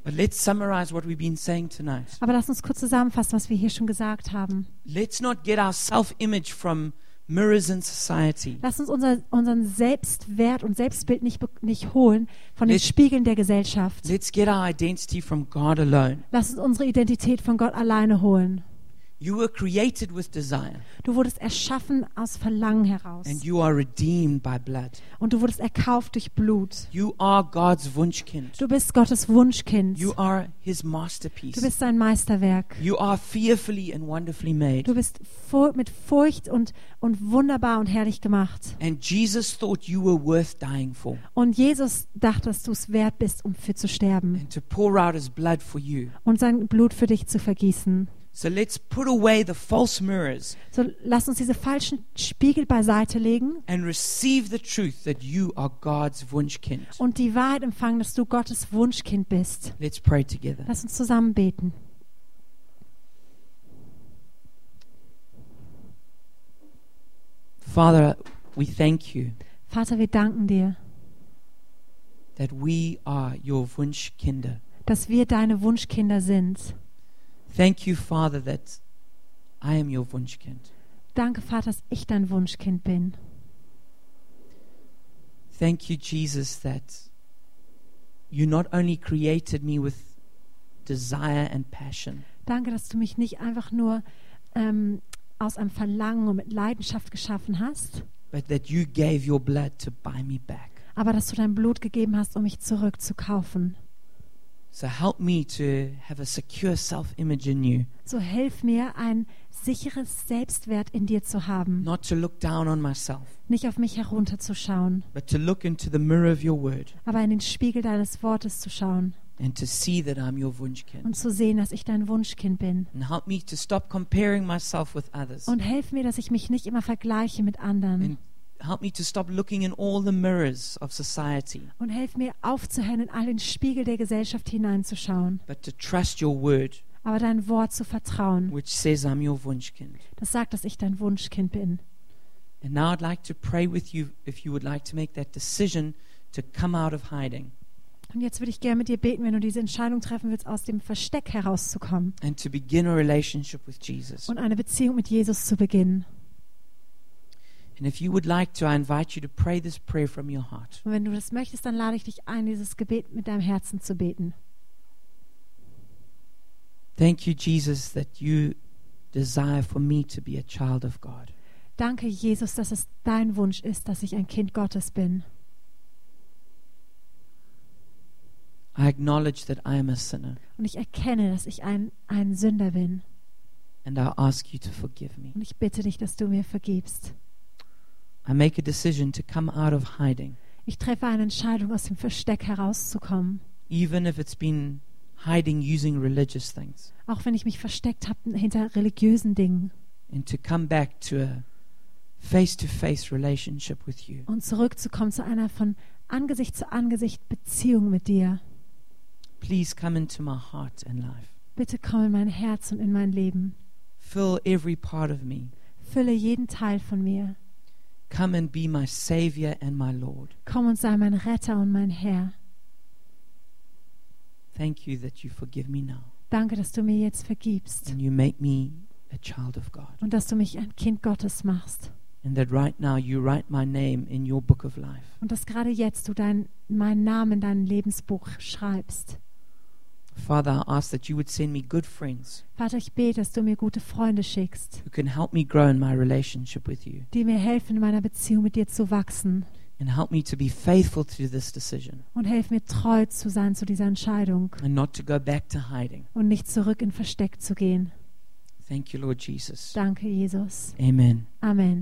[SPEAKER 1] But let's summarize what we've been saying tonight.
[SPEAKER 2] Aber lass uns kurz zusammenfassen, was wir hier schon gesagt haben.
[SPEAKER 1] Let's not get our self image from mirrors in society.
[SPEAKER 2] Lass uns unser, unseren Selbstwert und Selbstbild nicht, be- nicht holen von den
[SPEAKER 1] Nicht-
[SPEAKER 2] Spiegeln der Gesellschaft.
[SPEAKER 1] Let's get our identity from God alone.
[SPEAKER 2] Lass uns unsere Identität von Gott alleine holen.
[SPEAKER 1] You were created with desire,
[SPEAKER 2] Du wurdest erschaffen aus Verlangen heraus.
[SPEAKER 1] and you are redeemed by blood.
[SPEAKER 2] Und du wurdest erkauft durch Blut.
[SPEAKER 1] You are God's Wunschkind.
[SPEAKER 2] Du bist Gottes Wunschkind.
[SPEAKER 1] You
[SPEAKER 2] Du
[SPEAKER 1] are His masterpiece.
[SPEAKER 2] bist sein Meisterwerk.
[SPEAKER 1] You are fearfully and wonderfully
[SPEAKER 2] Du
[SPEAKER 1] made.
[SPEAKER 2] bist fu- mit Furcht und, und wunderbar und herrlich gemacht.
[SPEAKER 1] And Jesus thought you were worth dying for
[SPEAKER 2] Und Jesus dachte, dass du es wert bist, um für zu sterben
[SPEAKER 1] and to pour out His blood for you.
[SPEAKER 2] und sein Blut für dich zu vergießen.
[SPEAKER 1] So let's put away the false mirrors
[SPEAKER 2] So lass uns diese falschen Spiegel beiseite legen
[SPEAKER 1] and receive the truth that you are God's Wunschkind.
[SPEAKER 2] und die Wahrheit empfangen, dass du Gottes Wunschkind bist.
[SPEAKER 1] Let's pray together.
[SPEAKER 2] Lass uns zusammen beten.
[SPEAKER 1] Father, we thank you
[SPEAKER 2] Vater, wir danken dir,
[SPEAKER 1] that we are your Wunschkinder.
[SPEAKER 2] dass wir deine Wunschkinder sind.
[SPEAKER 1] Thank you, Father, that I am your Wunschkind.
[SPEAKER 2] Danke, Vater, dass ich dein Wunschkind bin.
[SPEAKER 1] Thank you, Jesus, that you not only created me with desire and passion,
[SPEAKER 2] Danke, dass du mich nicht einfach nur ähm, aus einem Verlangen und mit Leidenschaft geschaffen hast,
[SPEAKER 1] but that you gave your blood to buy me back.
[SPEAKER 2] aber dass du dein Blut gegeben hast, um mich zurückzukaufen.
[SPEAKER 1] So help me to have a secure self image in you.
[SPEAKER 2] So hilf mir, ein sicheres Selbstwert in dir zu haben,
[SPEAKER 1] not to look down on myself,
[SPEAKER 2] nicht auf mich herunterzuschauen,
[SPEAKER 1] but to look into the mirror of your word
[SPEAKER 2] aber in den Spiegel deines Wortes zu schauen
[SPEAKER 1] and to see that I'm your Wunschkind.
[SPEAKER 2] und zu sehen, dass ich dein Wunschkind bin.
[SPEAKER 1] And help me to stop comparing myself with others.
[SPEAKER 2] Und hilf mir, dass ich mich nicht immer vergleiche mit anderen.
[SPEAKER 1] And help me to stop looking in all the mirrors of society,
[SPEAKER 2] Und hilf mir, aufzuhören, in all den Spiegel der Gesellschaft hineinzuschauen,
[SPEAKER 1] but to trust your word,
[SPEAKER 2] aber dein Wort zu vertrauen,
[SPEAKER 1] which says I'm your Wunschkind.
[SPEAKER 2] das sagt, dass ich dein Wunschkind bin.
[SPEAKER 1] And now I'd like to pray with you if you would like to make that decision to come out of hiding.
[SPEAKER 2] Und jetzt würde ich gerne mit dir beten, wenn du diese Entscheidung treffen willst, aus dem Versteck herauszukommen
[SPEAKER 1] and to begin a relationship with Jesus.
[SPEAKER 2] und eine Beziehung mit Jesus zu beginnen.
[SPEAKER 1] And if you would like to, I invite you to pray this prayer from your heart.
[SPEAKER 2] Und wenn du das möchtest, dann lade ich dich ein, dieses Gebet mit deinem Herzen zu beten.
[SPEAKER 1] Thank you, Jesus, that you desire for me to be a child of God.
[SPEAKER 2] Danke, Jesus, dass es dein Wunsch ist, dass ich ein Kind Gottes bin.
[SPEAKER 1] I acknowledge that I am a sinner,
[SPEAKER 2] Und ich erkenne, dass ich ein, ein Sünder bin.
[SPEAKER 1] and I ask you to forgive me.
[SPEAKER 2] Und ich bitte dich, dass du mir vergibst.
[SPEAKER 1] I make a decision to come out of hiding,
[SPEAKER 2] Ich treffe eine Entscheidung, aus dem Versteck herauszukommen.
[SPEAKER 1] even if it's been hiding using religious things,
[SPEAKER 2] Auch wenn ich mich versteckt habe hinter religiösen Dingen.
[SPEAKER 1] and to come back to a face to face relationship with you.
[SPEAKER 2] Und zurückzukommen zu einer von Angesicht zu Angesicht Beziehung mit dir.
[SPEAKER 1] Please come into my heart and life.
[SPEAKER 2] Bitte komm in mein Herz und in mein Leben.
[SPEAKER 1] Fill every part of me.
[SPEAKER 2] Fülle jeden Teil von mir.
[SPEAKER 1] Come and be my Savior and my Lord.
[SPEAKER 2] Komm und sei mein Retter und mein Herr.
[SPEAKER 1] Thank you that you forgive me now
[SPEAKER 2] Danke, dass du mir jetzt vergibst
[SPEAKER 1] and you make me a child of God.
[SPEAKER 2] und dass du mich ein Kind Gottes machst
[SPEAKER 1] And that right now you write my name in your book of life.
[SPEAKER 2] und dass gerade jetzt du dein, meinen Namen in dein Lebensbuch schreibst.
[SPEAKER 1] Father, I ask that you would send me good friends
[SPEAKER 2] Vater, ich bete, dass du mir gute Freunde schickst,
[SPEAKER 1] who can help me grow in my relationship with you
[SPEAKER 2] die mir helfen, in meiner Beziehung mit dir zu wachsen
[SPEAKER 1] and help me to be faithful to this decision
[SPEAKER 2] und helf mir treu zu sein zu dieser Entscheidung
[SPEAKER 1] and not to go back to hiding.
[SPEAKER 2] und nicht zurück in Versteck zu gehen.
[SPEAKER 1] Thank you, Lord Jesus.
[SPEAKER 2] Danke, Jesus.
[SPEAKER 1] Amen.
[SPEAKER 2] Amen.